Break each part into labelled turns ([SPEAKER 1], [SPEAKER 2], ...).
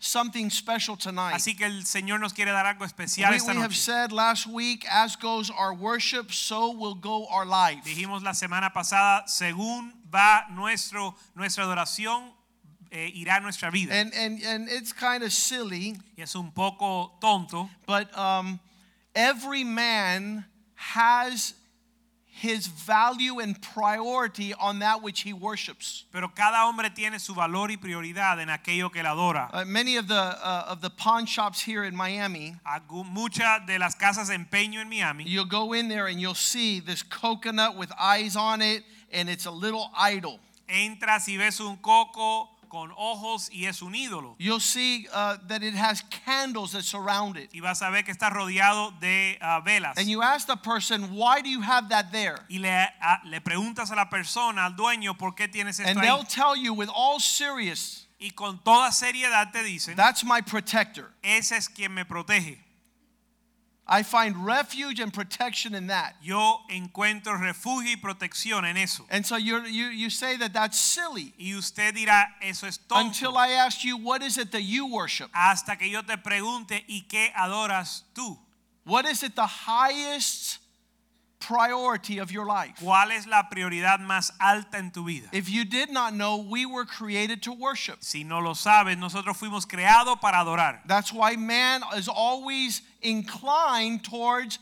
[SPEAKER 1] something special tonight.
[SPEAKER 2] Así que el Señor nos quiere dar algo especial
[SPEAKER 1] We,
[SPEAKER 2] esta
[SPEAKER 1] we have
[SPEAKER 2] noche.
[SPEAKER 1] said last week, as goes our worship, so will go our life.
[SPEAKER 2] Dijimos la semana pasada, según va nuestro, nuestra adoración, eh, irá nuestra vida.
[SPEAKER 1] And and and it's kind of silly,
[SPEAKER 2] y es un poco tonto,
[SPEAKER 1] but um, every man has his value and priority on that which he worships.
[SPEAKER 2] pero cada hombre tiene su valor y prioridad en aquello que le adora.
[SPEAKER 1] Uh, many of the uh, of the pawn shops here in Miami,
[SPEAKER 2] Algu- Muchas de las casas de empeño en Miami,
[SPEAKER 1] you'll go in there and you'll see this coconut with eyes on it, and it's a little idol.
[SPEAKER 2] entras y ves un coco con ojos y es un ídolo.
[SPEAKER 1] You'll see uh, that it has candles that surround it.
[SPEAKER 2] Y vas a ver que está rodeado de ah, velas.
[SPEAKER 1] And you ask the person, why do you have that there?
[SPEAKER 2] y le, ah, le preguntas a la persona, al dueño, ¿por qué tienes esto
[SPEAKER 1] And
[SPEAKER 2] ahí?
[SPEAKER 1] they'll tell you with all serious,
[SPEAKER 2] Y con toda seriedad te dicen,
[SPEAKER 1] that's my protector.
[SPEAKER 2] ese es quien me protege.
[SPEAKER 1] I find refuge and protection in that.
[SPEAKER 2] Yo encuentro refugio y protección en eso.
[SPEAKER 1] And so you're, you, you say that that's silly
[SPEAKER 2] Y usted dirá, eso es
[SPEAKER 1] until
[SPEAKER 2] tonto.
[SPEAKER 1] I ask you, what is it that you worship?
[SPEAKER 2] Hasta que yo te pregunte, ¿y qué adoras tú?
[SPEAKER 1] What is it the highest priority of your life?
[SPEAKER 2] ¿Cuál es la prioridad más alta en tu vida?
[SPEAKER 1] If you did not know, we were created to worship.
[SPEAKER 2] Si no lo sabes, nosotros fuimos creados para adorar.
[SPEAKER 1] That's why man is always inclined towards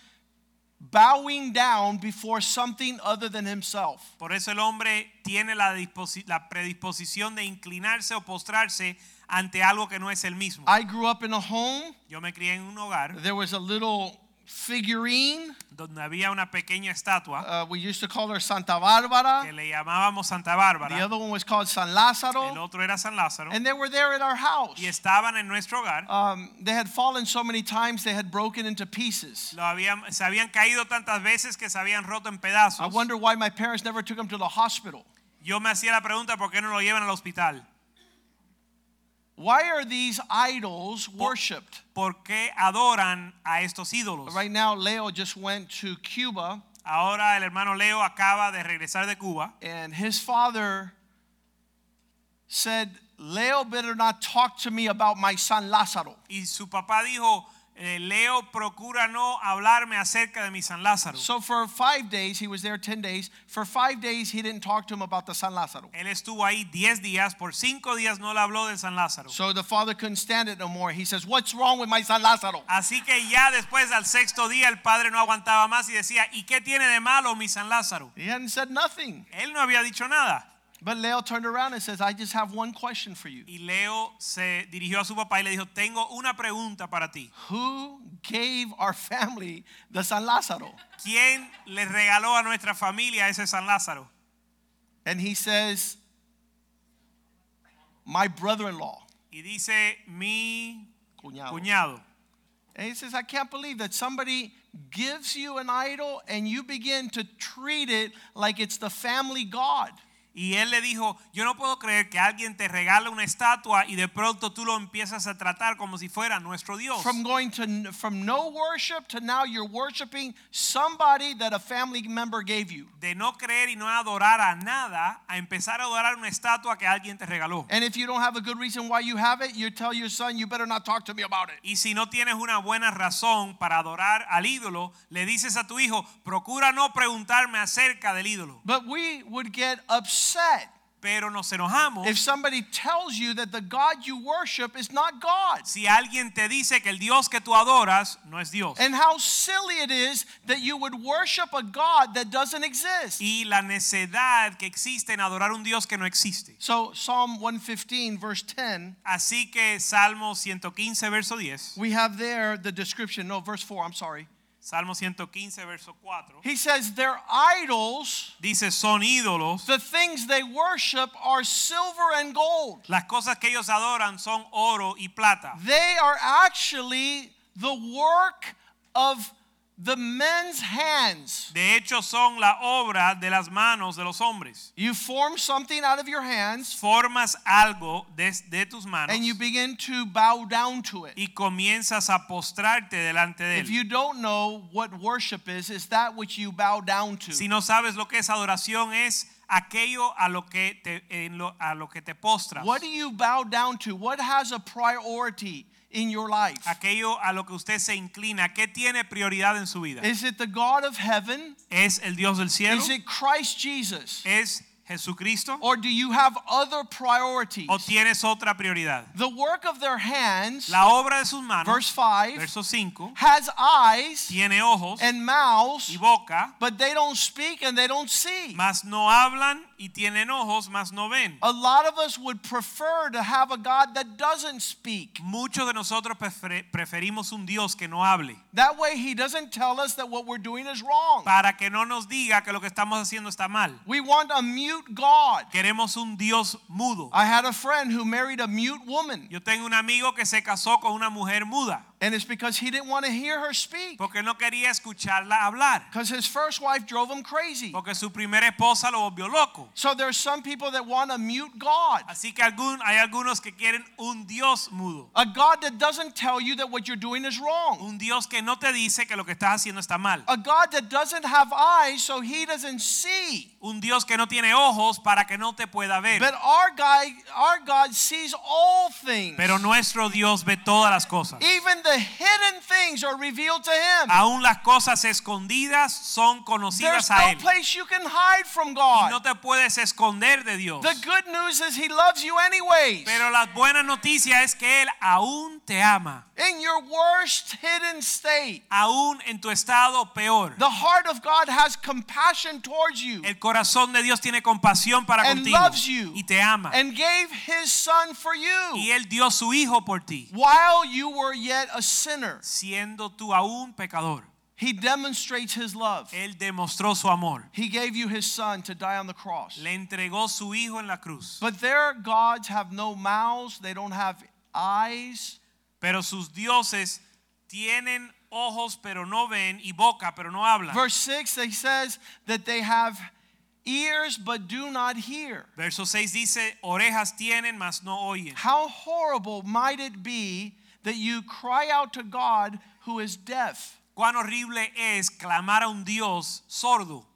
[SPEAKER 1] bowing down before something other than himself.
[SPEAKER 2] Por eso el hombre tiene la, disposi- la predisposición de inclinarse o postrarse ante algo que no es el mismo.
[SPEAKER 1] I grew up in a home,
[SPEAKER 2] Yo me crié en un hogar
[SPEAKER 1] there was a little figurine.
[SPEAKER 2] donde había una pequeña estatua
[SPEAKER 1] Uh, we used to call her Santa
[SPEAKER 2] que
[SPEAKER 1] Bárbara.
[SPEAKER 2] le llamábamos Santa
[SPEAKER 1] The
[SPEAKER 2] Bárbara.
[SPEAKER 1] other one was called San
[SPEAKER 2] El
[SPEAKER 1] Lázaro.
[SPEAKER 2] otro era San Lázaro.
[SPEAKER 1] And they were there at our house.
[SPEAKER 2] y estaban en nuestro hogar,
[SPEAKER 1] Um, they had fallen so many times they had broken into pieces.
[SPEAKER 2] lo habían, se habían caído tantas veces que se habían roto en pedazos.
[SPEAKER 1] I wonder why my parents never took them to the hospital.
[SPEAKER 2] Yo me hacía la pregunta por qué no lo llevan al hospital.
[SPEAKER 1] Why are these idols worshipped?
[SPEAKER 2] ¿Por qué adoran a estos ídolos?
[SPEAKER 1] Right now, Leo just went to Cuba,
[SPEAKER 2] Ahora el hermano Leo acaba de regresar de Cuba
[SPEAKER 1] and his father said, Leo better not talk to me about my son Lázaro.
[SPEAKER 2] y su papá dijo, eh, Leo procura no hablarme acerca de mi San Lázaro.
[SPEAKER 1] So for five days, he was there 10 days. For five days, he didn't talk to him about the San Lázaro.
[SPEAKER 2] Él estuvo ahí 10 días, por 5 días no le habló del San Lázaro.
[SPEAKER 1] So the father couldn't stand it no more. He says, What's wrong with my son Lázaro?
[SPEAKER 2] Así que ya después al sexto día el padre no aguantaba más y decía, ¿y qué tiene de malo mi San Lázaro?
[SPEAKER 1] He hadn't said nothing.
[SPEAKER 2] Él no había dicho nada.
[SPEAKER 1] But Leo turned around and says, I just have one question for you.
[SPEAKER 2] Y Leo se dirigió a su papá y le dijo, tengo una pregunta para ti.
[SPEAKER 1] Who gave our family the San Lázaro?
[SPEAKER 2] ¿Quién le regaló a nuestra familia ese San Lázaro?
[SPEAKER 1] And he says, My brother in law.
[SPEAKER 2] Y dice, mi cuñado.
[SPEAKER 1] And he says, I can't believe that somebody gives you an idol and you begin to treat it like it's the family God.
[SPEAKER 2] Y él le dijo, yo no puedo creer que alguien te regale una estatua y de pronto tú lo empiezas a tratar como si fuera nuestro Dios.
[SPEAKER 1] From going to from no worship to now you're worshiping somebody that a family member gave you.
[SPEAKER 2] De no creer y no adorar a nada, a empezar a adorar una estatua que alguien te regaló.
[SPEAKER 1] And if you don't have a good reason why you have it, you tell your son, you better not talk to me about it.
[SPEAKER 2] Y si no tienes una buena razón para adorar al ídolo, le dices a tu hijo, procura no preguntarme acerca del ídolo.
[SPEAKER 1] But we would get upset
[SPEAKER 2] Pero nos enojamos
[SPEAKER 1] if somebody tells you that the God you worship is not God.
[SPEAKER 2] si alguien te dice que el Dios que tú adoras no es Dios.
[SPEAKER 1] And how silly it is that you would worship a God that doesn't exist.
[SPEAKER 2] Y la necedad que existe en adorar un Dios que no existe.
[SPEAKER 1] So, Psalm 115, verse 10,
[SPEAKER 2] Así que Salmo 115, verso 10.
[SPEAKER 1] we have there the description. No, verse 4, I'm sorry.
[SPEAKER 2] Salmo 115, verso 4.
[SPEAKER 1] He says, Their idols,
[SPEAKER 2] Dice, son ídolos.
[SPEAKER 1] the things they worship, are silver and gold.
[SPEAKER 2] Las cosas que ellos adoran son oro y plata.
[SPEAKER 1] They are actually the work of the men's hands.
[SPEAKER 2] De hecho, son la obra de las manos de los hombres.
[SPEAKER 1] You form something out of your hands
[SPEAKER 2] Formas algo des- de, tus manos
[SPEAKER 1] and you begin to bow down to it.
[SPEAKER 2] y comienzas a postrarte delante de
[SPEAKER 1] If
[SPEAKER 2] él.
[SPEAKER 1] you don't know what worship is, it's that which you bow down
[SPEAKER 2] Si
[SPEAKER 1] to.
[SPEAKER 2] no sabes lo que es adoración, es aquello a lo que te, en lo- a lo que te postras.
[SPEAKER 1] What do you bow down to? What has a priority in your life?
[SPEAKER 2] Aquello a lo que usted se inclina. ¿Qué tiene prioridad en su vida?
[SPEAKER 1] Is it the God of heaven?
[SPEAKER 2] ¿Es el Dios del cielo?
[SPEAKER 1] Is it Oh, Christ Jesus?
[SPEAKER 2] ¿Es Jesucristo?
[SPEAKER 1] Or do you have other priorities?
[SPEAKER 2] ¿O tienes otra prioridad?
[SPEAKER 1] The work of their hands,
[SPEAKER 2] La obra de sus manos,
[SPEAKER 1] verse 5,
[SPEAKER 2] verso 5,
[SPEAKER 1] has eyes
[SPEAKER 2] tiene ojos
[SPEAKER 1] and
[SPEAKER 2] y
[SPEAKER 1] mouths,
[SPEAKER 2] boca,
[SPEAKER 1] but they don't speak and they don't see.
[SPEAKER 2] mas no hablan y tienen ojos, mas no ven.
[SPEAKER 1] A lot of us would prefer to have a God that doesn't speak.
[SPEAKER 2] Muchos de nosotros prefer- preferimos un Dios que no hable,
[SPEAKER 1] That way, He doesn't tell us that what we're doing is wrong.
[SPEAKER 2] para que no nos diga que lo que estamos haciendo está mal.
[SPEAKER 1] We want a mute God.
[SPEAKER 2] Queremos un Dios mudo.
[SPEAKER 1] I had a friend who married a mute woman,
[SPEAKER 2] Yo tengo un amigo que se casó con una mujer muda
[SPEAKER 1] and it's because he didn't want to hear her speak,
[SPEAKER 2] porque no quería escucharla hablar,
[SPEAKER 1] because his first wife drove him crazy.
[SPEAKER 2] porque su primera esposa lo volvió loco.
[SPEAKER 1] So there's some people that want a mute God,
[SPEAKER 2] Así que algún- hay algunos que quieren un Dios mudo.
[SPEAKER 1] a God that doesn't tell you that what you're doing is wrong,
[SPEAKER 2] Un Dios que no te dice que lo que estás haciendo está mal.
[SPEAKER 1] a God that doesn't have eyes so he doesn't see.
[SPEAKER 2] Un Dios que no tiene ojos para que no te pueda
[SPEAKER 1] But
[SPEAKER 2] ver.
[SPEAKER 1] our guy, our God sees all things.
[SPEAKER 2] Pero nuestro Dios ve todas las cosas.
[SPEAKER 1] Even the hidden things are revealed to him.
[SPEAKER 2] Aún las cosas escondidas son
[SPEAKER 1] There's
[SPEAKER 2] conocidas a
[SPEAKER 1] no
[SPEAKER 2] Él.
[SPEAKER 1] place you can hide from
[SPEAKER 2] Y no
[SPEAKER 1] God.
[SPEAKER 2] te puedes esconder de Dios.
[SPEAKER 1] The good news is he loves you anyways.
[SPEAKER 2] Pero la buena noticia es que Él aún te ama.
[SPEAKER 1] In your worst hidden state,
[SPEAKER 2] Aún en tu estado peor.
[SPEAKER 1] the heart of God has compassion towards you
[SPEAKER 2] El corazón de Dios tiene compasión para
[SPEAKER 1] And
[SPEAKER 2] contigo.
[SPEAKER 1] loves you.
[SPEAKER 2] Y te ama.
[SPEAKER 1] and gave his son for you.
[SPEAKER 2] Y Él dio su Hijo por ti.
[SPEAKER 1] While you were yet a sinner,
[SPEAKER 2] Siendo tú aún pecador.
[SPEAKER 1] he demonstrates his love.
[SPEAKER 2] Él demostró su amor.
[SPEAKER 1] He gave you his son to die on the cross.
[SPEAKER 2] Le entregó su hijo en la cruz.
[SPEAKER 1] But their gods have no mouths, they don't have eyes,
[SPEAKER 2] Pero sus dioses tienen ojos pero no ven y boca pero no hablan.
[SPEAKER 1] Verse 6 they says that they have ears but do not hear.
[SPEAKER 2] Verso 6 dice, orejas tienen mas no oyen.
[SPEAKER 1] How horrible might it be that you cry out to God who is deaf?
[SPEAKER 2] Cuán horrible es clamar a un Dios sordo,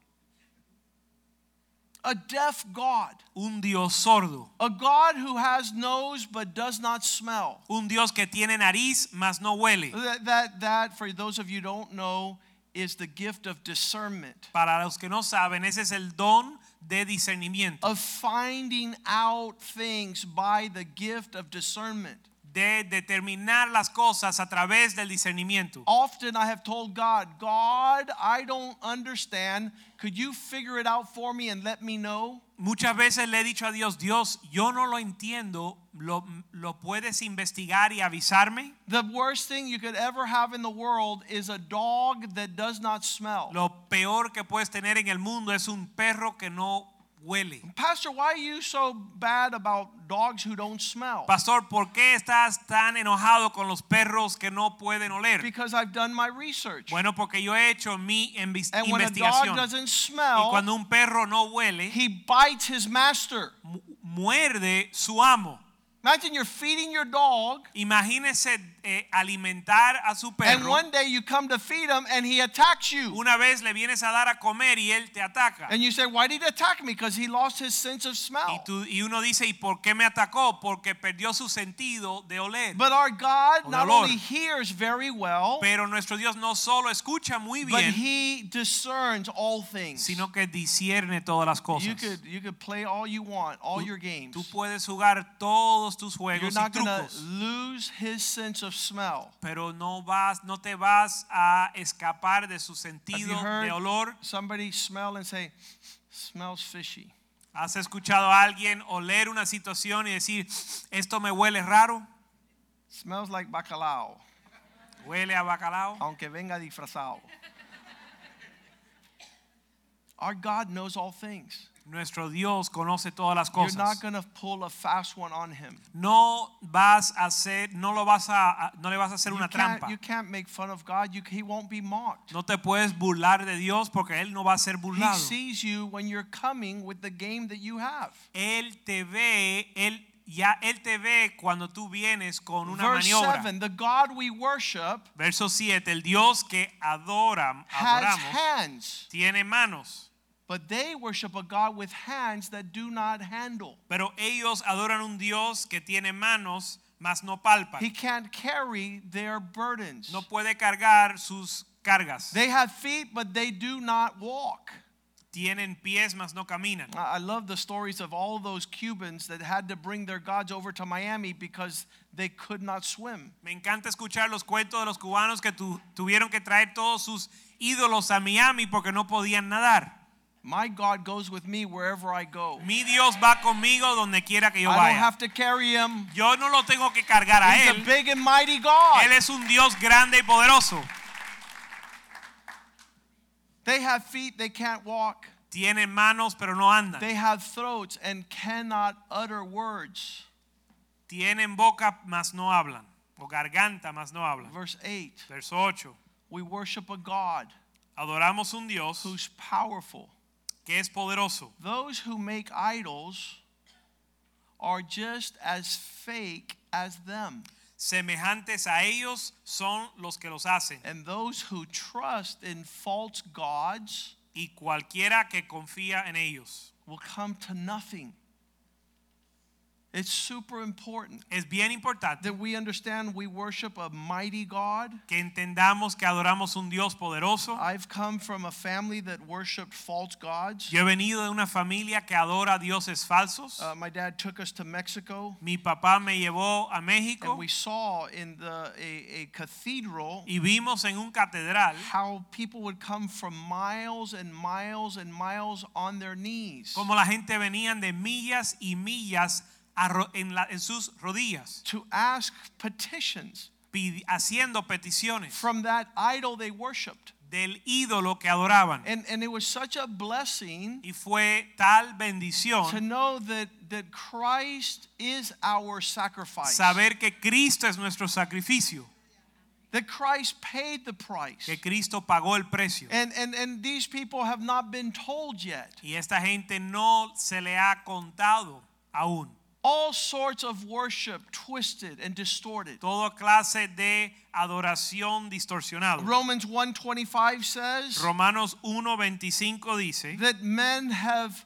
[SPEAKER 1] A deaf God,
[SPEAKER 2] un Dios sordo,
[SPEAKER 1] a God who has nose but does not smell.
[SPEAKER 2] un Dios que tiene nariz mas no huele.
[SPEAKER 1] That that, that for those of you who don't know is the gift of discernment,
[SPEAKER 2] Para los que no saben, ese es el don de discernimiento,
[SPEAKER 1] of finding out things by the gift of discernment.
[SPEAKER 2] de determinar las cosas a través del discernimiento.
[SPEAKER 1] Often I have told God, God, I don't understand. Could you figure it out for me and let me know?
[SPEAKER 2] Muchas veces le he dicho a Dios, Dios, yo no lo entiendo, ¿lo, lo puedes investigar y avisarme?
[SPEAKER 1] The worst thing you could ever have in the world is a dog that does not smell.
[SPEAKER 2] Lo peor que puedes tener en el mundo es un perro que no huele.
[SPEAKER 1] Pastor, why are you so bad about dogs who don't smell?
[SPEAKER 2] Pastor, ¿por qué estás tan enojado con los perros que no pueden oler?
[SPEAKER 1] Because I've done my research.
[SPEAKER 2] Bueno, porque yo he hecho mi envi-
[SPEAKER 1] and when a dog
[SPEAKER 2] investigación. Y
[SPEAKER 1] doesn't smell,
[SPEAKER 2] cuando un perro no huele,
[SPEAKER 1] he bites his master.
[SPEAKER 2] mu- muerde su amo.
[SPEAKER 1] Imagine you're feeding your dog,
[SPEAKER 2] Imagínese eh, alimentar a su
[SPEAKER 1] and
[SPEAKER 2] perro.
[SPEAKER 1] one day you come to feed him and he attacks you.
[SPEAKER 2] Una vez le vienes a dar a comer y él te ataca.
[SPEAKER 1] And you say, why did he attack me? Because he lost his sense of smell.
[SPEAKER 2] Y, tú- y uno dice, ¿y por qué me atacó? Porque perdió su sentido de oler.
[SPEAKER 1] But our God
[SPEAKER 2] Con
[SPEAKER 1] not
[SPEAKER 2] olor.
[SPEAKER 1] only hears very well,
[SPEAKER 2] Pero nuestro Dios no solo escucha muy
[SPEAKER 1] but
[SPEAKER 2] bien,
[SPEAKER 1] he discerns all things.
[SPEAKER 2] sino que discierne todas las
[SPEAKER 1] You
[SPEAKER 2] cosas.
[SPEAKER 1] could you could play all you want, all your games.
[SPEAKER 2] Tú puedes jugar todos tus
[SPEAKER 1] You're
[SPEAKER 2] juegos y
[SPEAKER 1] not gonna
[SPEAKER 2] trucos,
[SPEAKER 1] lose his sense of smell.
[SPEAKER 2] pero no vas, no te vas a escapar de su
[SPEAKER 1] Have you
[SPEAKER 2] sentido de
[SPEAKER 1] heard
[SPEAKER 2] olor.
[SPEAKER 1] somebody smell and say, smells fishy?
[SPEAKER 2] ¿Has escuchado a alguien oler una situación y decir, esto me huele raro?
[SPEAKER 1] Smells like bacalao,
[SPEAKER 2] Huele a bacalao.
[SPEAKER 1] aunque venga disfrazado. Our God knows all things.
[SPEAKER 2] Nuestro Dios conoce todas las
[SPEAKER 1] You're not
[SPEAKER 2] cosas.
[SPEAKER 1] going to pull a fast one on him.
[SPEAKER 2] No vas a hacer, no lo vas a, a- no le vas a hacer
[SPEAKER 1] You
[SPEAKER 2] una
[SPEAKER 1] can't,
[SPEAKER 2] trampa.
[SPEAKER 1] you can't make fun of God. You, he won't be mocked.
[SPEAKER 2] No te puedes burlar de Dios porque él no va a ser
[SPEAKER 1] He
[SPEAKER 2] burlado.
[SPEAKER 1] sees you when you're coming with the game that you have.
[SPEAKER 2] Él te ve, él ya él te ve cuando tú vienes con una
[SPEAKER 1] Verse
[SPEAKER 2] maniobra.
[SPEAKER 1] 7 The God we worship
[SPEAKER 2] Verso 7, el Dios que adora,
[SPEAKER 1] has
[SPEAKER 2] adoramos
[SPEAKER 1] hands,
[SPEAKER 2] tiene manos,
[SPEAKER 1] but they worship a God with hands that do not handle.
[SPEAKER 2] pero ellos adoran un Dios que tiene manos, mas no palpa.
[SPEAKER 1] He can't carry their burdens.
[SPEAKER 2] No puede cargar sus cargas.
[SPEAKER 1] They have feet, but they do not walk.
[SPEAKER 2] Tienen pies, mas no caminan.
[SPEAKER 1] I I love the stories of all those Cubans that had to bring their gods over to Miami because they could not swim.
[SPEAKER 2] Me encanta escuchar los cuentos de los cubanos que tu- tuvieron que traer todos sus ídolos a Miami porque no podían nadar.
[SPEAKER 1] My God goes with me wherever I go.
[SPEAKER 2] Mi Dios va conmigo donde quiera que yo
[SPEAKER 1] I don't
[SPEAKER 2] vaya.
[SPEAKER 1] have to carry him.
[SPEAKER 2] Yo no lo tengo que cargar a
[SPEAKER 1] He's a
[SPEAKER 2] él.
[SPEAKER 1] big and mighty
[SPEAKER 2] Él
[SPEAKER 1] God.
[SPEAKER 2] es un Dios grande y poderoso.
[SPEAKER 1] They have feet, they can't walk.
[SPEAKER 2] Tienen manos pero no andan.
[SPEAKER 1] They have throats and cannot utter words.
[SPEAKER 2] Tienen boca mas no hablan. O garganta mas no hablan.
[SPEAKER 1] Verse 8
[SPEAKER 2] Verso 8.
[SPEAKER 1] We worship a God
[SPEAKER 2] Adoramos un Dios
[SPEAKER 1] who's powerful.
[SPEAKER 2] que es poderoso.
[SPEAKER 1] Those who make idols are just as fake as them.
[SPEAKER 2] Semejantes a ellos son los que los hacen.
[SPEAKER 1] And those who trust in false gods
[SPEAKER 2] Y cualquiera que confía en ellos.
[SPEAKER 1] will come to nothing. It's super important
[SPEAKER 2] Es bien importante
[SPEAKER 1] that we understand we worship a mighty God.
[SPEAKER 2] que entendamos que adoramos un Dios poderoso.
[SPEAKER 1] I've come from a family that worshiped false gods.
[SPEAKER 2] Yo he venido de una familia que adora a dioses falsos.
[SPEAKER 1] Uh, my dad took us to Mexico,
[SPEAKER 2] Mi papá me llevó a México
[SPEAKER 1] and we saw in the a, a cathedral
[SPEAKER 2] y vimos en un catedral
[SPEAKER 1] how people would come from miles and miles and miles on their knees
[SPEAKER 2] como la gente venían de millas y millas a ro- en, la- en sus rodillas
[SPEAKER 1] to ask petitions
[SPEAKER 2] pidi- haciendo peticiones
[SPEAKER 1] from that idol they worshipped.
[SPEAKER 2] del ídolo que adoraban.
[SPEAKER 1] And, and it was such a blessing
[SPEAKER 2] Y fue tal
[SPEAKER 1] to
[SPEAKER 2] bendición
[SPEAKER 1] know that, that Christ is our sacrifice,
[SPEAKER 2] saber que Cristo es nuestro sacrificio,
[SPEAKER 1] that Christ paid the price.
[SPEAKER 2] que Cristo pagó el precio.
[SPEAKER 1] And, and, and these people have not been told yet.
[SPEAKER 2] Y esta gente no se le ha contado aún.
[SPEAKER 1] All sorts of worship twisted and distorted.
[SPEAKER 2] Toda clase de adoración distorsionada.
[SPEAKER 1] Romans 1:25 says
[SPEAKER 2] Romanos 1:25 dice
[SPEAKER 1] that men have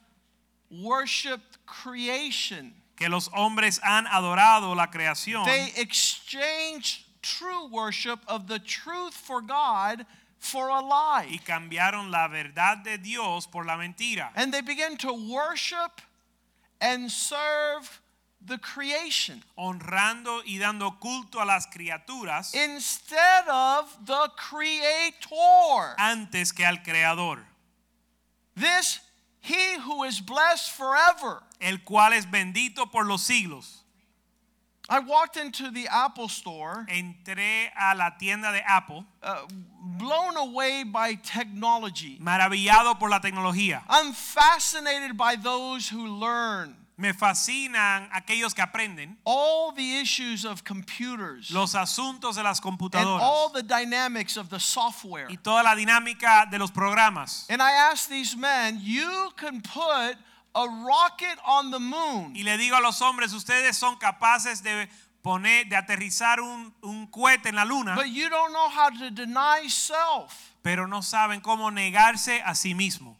[SPEAKER 1] worshiped creation.
[SPEAKER 2] que los hombres han adorado la creación
[SPEAKER 1] They exchange true worship of the truth for God for a
[SPEAKER 2] y
[SPEAKER 1] lie.
[SPEAKER 2] cambiaron la verdad de Dios por la mentira.
[SPEAKER 1] And they begin to worship and serve the creation
[SPEAKER 2] Honrando y dando culto a las criaturas
[SPEAKER 1] instead of the creator.
[SPEAKER 2] antes que al Creador,
[SPEAKER 1] This he who is blessed forever.
[SPEAKER 2] el cual es bendito por los siglos.
[SPEAKER 1] I walked into the Apple store
[SPEAKER 2] Entré a la tienda de Apple,
[SPEAKER 1] uh, blown away by technology.
[SPEAKER 2] maravillado por la tecnología.
[SPEAKER 1] I'm fascinated by those who learn
[SPEAKER 2] Me fascinan aquellos que aprenden
[SPEAKER 1] all the issues of computers
[SPEAKER 2] los asuntos de las
[SPEAKER 1] and all
[SPEAKER 2] computadoras
[SPEAKER 1] the dynamics of the software.
[SPEAKER 2] y toda la dinámica de los programas.
[SPEAKER 1] And I asked these men, you can put a rocket on the
[SPEAKER 2] Y
[SPEAKER 1] moon,
[SPEAKER 2] le digo a los hombres, ustedes son capaces de poner, de aterrizar un, un cohete en la luna,
[SPEAKER 1] but you don't know how to deny self.
[SPEAKER 2] pero no saben cómo negarse a sí mismo.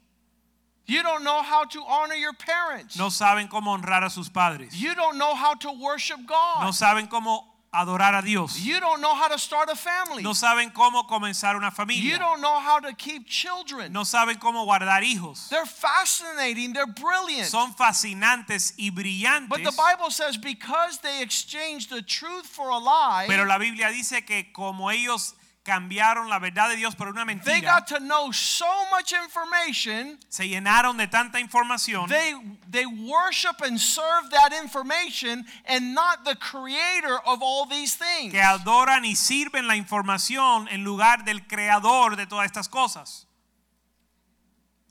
[SPEAKER 1] You don't know how to honor your parents.
[SPEAKER 2] No saben cómo honrar a sus padres.
[SPEAKER 1] You don't know how to worship
[SPEAKER 2] No
[SPEAKER 1] God.
[SPEAKER 2] saben cómo adorar a Dios.
[SPEAKER 1] You don't know how to start a family.
[SPEAKER 2] No saben cómo comenzar una
[SPEAKER 1] You
[SPEAKER 2] familia.
[SPEAKER 1] don't know how to keep children.
[SPEAKER 2] No saben cómo guardar hijos.
[SPEAKER 1] They're fascinating, they're brilliant.
[SPEAKER 2] Son fascinantes y
[SPEAKER 1] But the
[SPEAKER 2] brillantes.
[SPEAKER 1] Bible says because they exchanged the truth for a lie,
[SPEAKER 2] Pero la Biblia dice que como ellos cambiaron la verdad de Dios por una
[SPEAKER 1] they
[SPEAKER 2] mentira,
[SPEAKER 1] got to know so much information,
[SPEAKER 2] se llenaron de tanta información
[SPEAKER 1] they they worship and serve that information and not the creator of all these things.
[SPEAKER 2] que adoran y sirven la información en lugar del creador de todas estas cosas.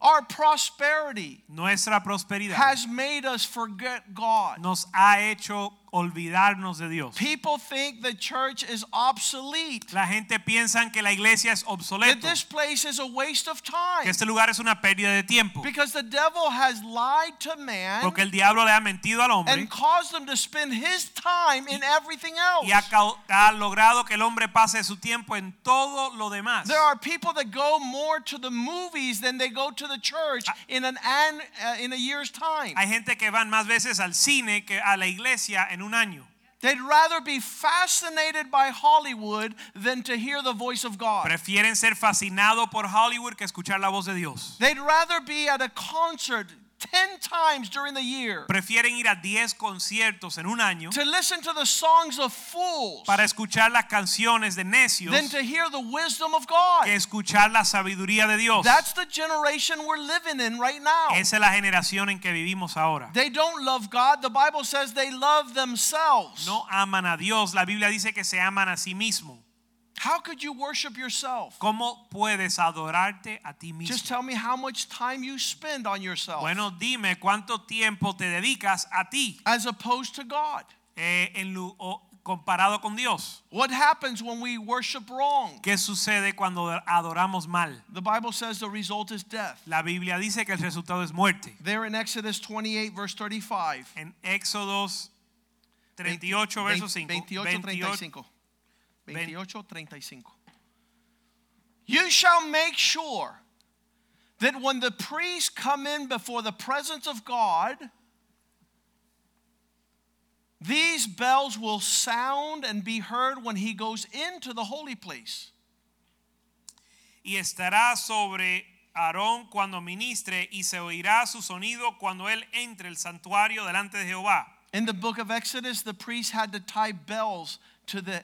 [SPEAKER 1] Our prosperity
[SPEAKER 2] Nuestra prosperidad
[SPEAKER 1] has made us forget God.
[SPEAKER 2] nos ha hecho olvidarnos de Dios.
[SPEAKER 1] People think the church is obsolete,
[SPEAKER 2] La gente piensa que la iglesia es
[SPEAKER 1] that
[SPEAKER 2] obsoleta,
[SPEAKER 1] this place is a waste of
[SPEAKER 2] que
[SPEAKER 1] time
[SPEAKER 2] este lugar es una pérdida de tiempo,
[SPEAKER 1] because the devil has lied to man
[SPEAKER 2] porque el diablo le ha mentido al hombre
[SPEAKER 1] and caused him to spend his time in everything else.
[SPEAKER 2] y ha, cau- ha logrado que el hombre pase su tiempo en todo lo demás.
[SPEAKER 1] There are people that go more to the movies than they go to the church in an, an uh, in a year's time.
[SPEAKER 2] Hay gente que van más veces al cine que a la iglesia en un año.
[SPEAKER 1] They'd rather be fascinated by Hollywood than to hear the voice of God.
[SPEAKER 2] Prefieren ser fascinados por Hollywood que escuchar la voz de Dios.
[SPEAKER 1] They'd rather be at a concert 10 times during the year
[SPEAKER 2] Prefieren ir a 10 conciertos en un año
[SPEAKER 1] to listen to the songs of fools
[SPEAKER 2] para escuchar las canciones de necios
[SPEAKER 1] than to hear the wisdom of
[SPEAKER 2] que
[SPEAKER 1] God.
[SPEAKER 2] escuchar la sabiduría de Dios.
[SPEAKER 1] That's the generation we're living in right now.
[SPEAKER 2] Esa es la generación en que vivimos ahora.
[SPEAKER 1] They don't love God. The Bible says they love themselves.
[SPEAKER 2] No aman a Dios. La Biblia dice que se aman a sí mismo.
[SPEAKER 1] How could you worship yourself?
[SPEAKER 2] ¿Cómo puedes adorarte a ti
[SPEAKER 1] Just
[SPEAKER 2] mismo?
[SPEAKER 1] tell me how much time you spend on yourself
[SPEAKER 2] Bueno, dime cuánto tiempo te dedicas a ti
[SPEAKER 1] as opposed to God.
[SPEAKER 2] eh, en lu- o comparado con Dios.
[SPEAKER 1] What happens when we worship wrong?
[SPEAKER 2] ¿Qué sucede cuando adoramos mal?
[SPEAKER 1] The Bible says the result is death.
[SPEAKER 2] La Biblia dice que el resultado es muerte.
[SPEAKER 1] There in Exodus 28, verse 35.
[SPEAKER 2] En Éxodos 38, verso 5.
[SPEAKER 1] 28,
[SPEAKER 2] 28,
[SPEAKER 1] 35. 28, 35. You shall make sure that when the priests come in before the presence of God, these bells will sound and be heard when he goes into the holy place.
[SPEAKER 2] y estará sobre Aarón cuando ministre y se oirá su sonido cuando él entre el santuario delante de Jehová.
[SPEAKER 1] In the book of Exodus, the priests had to tie bells to the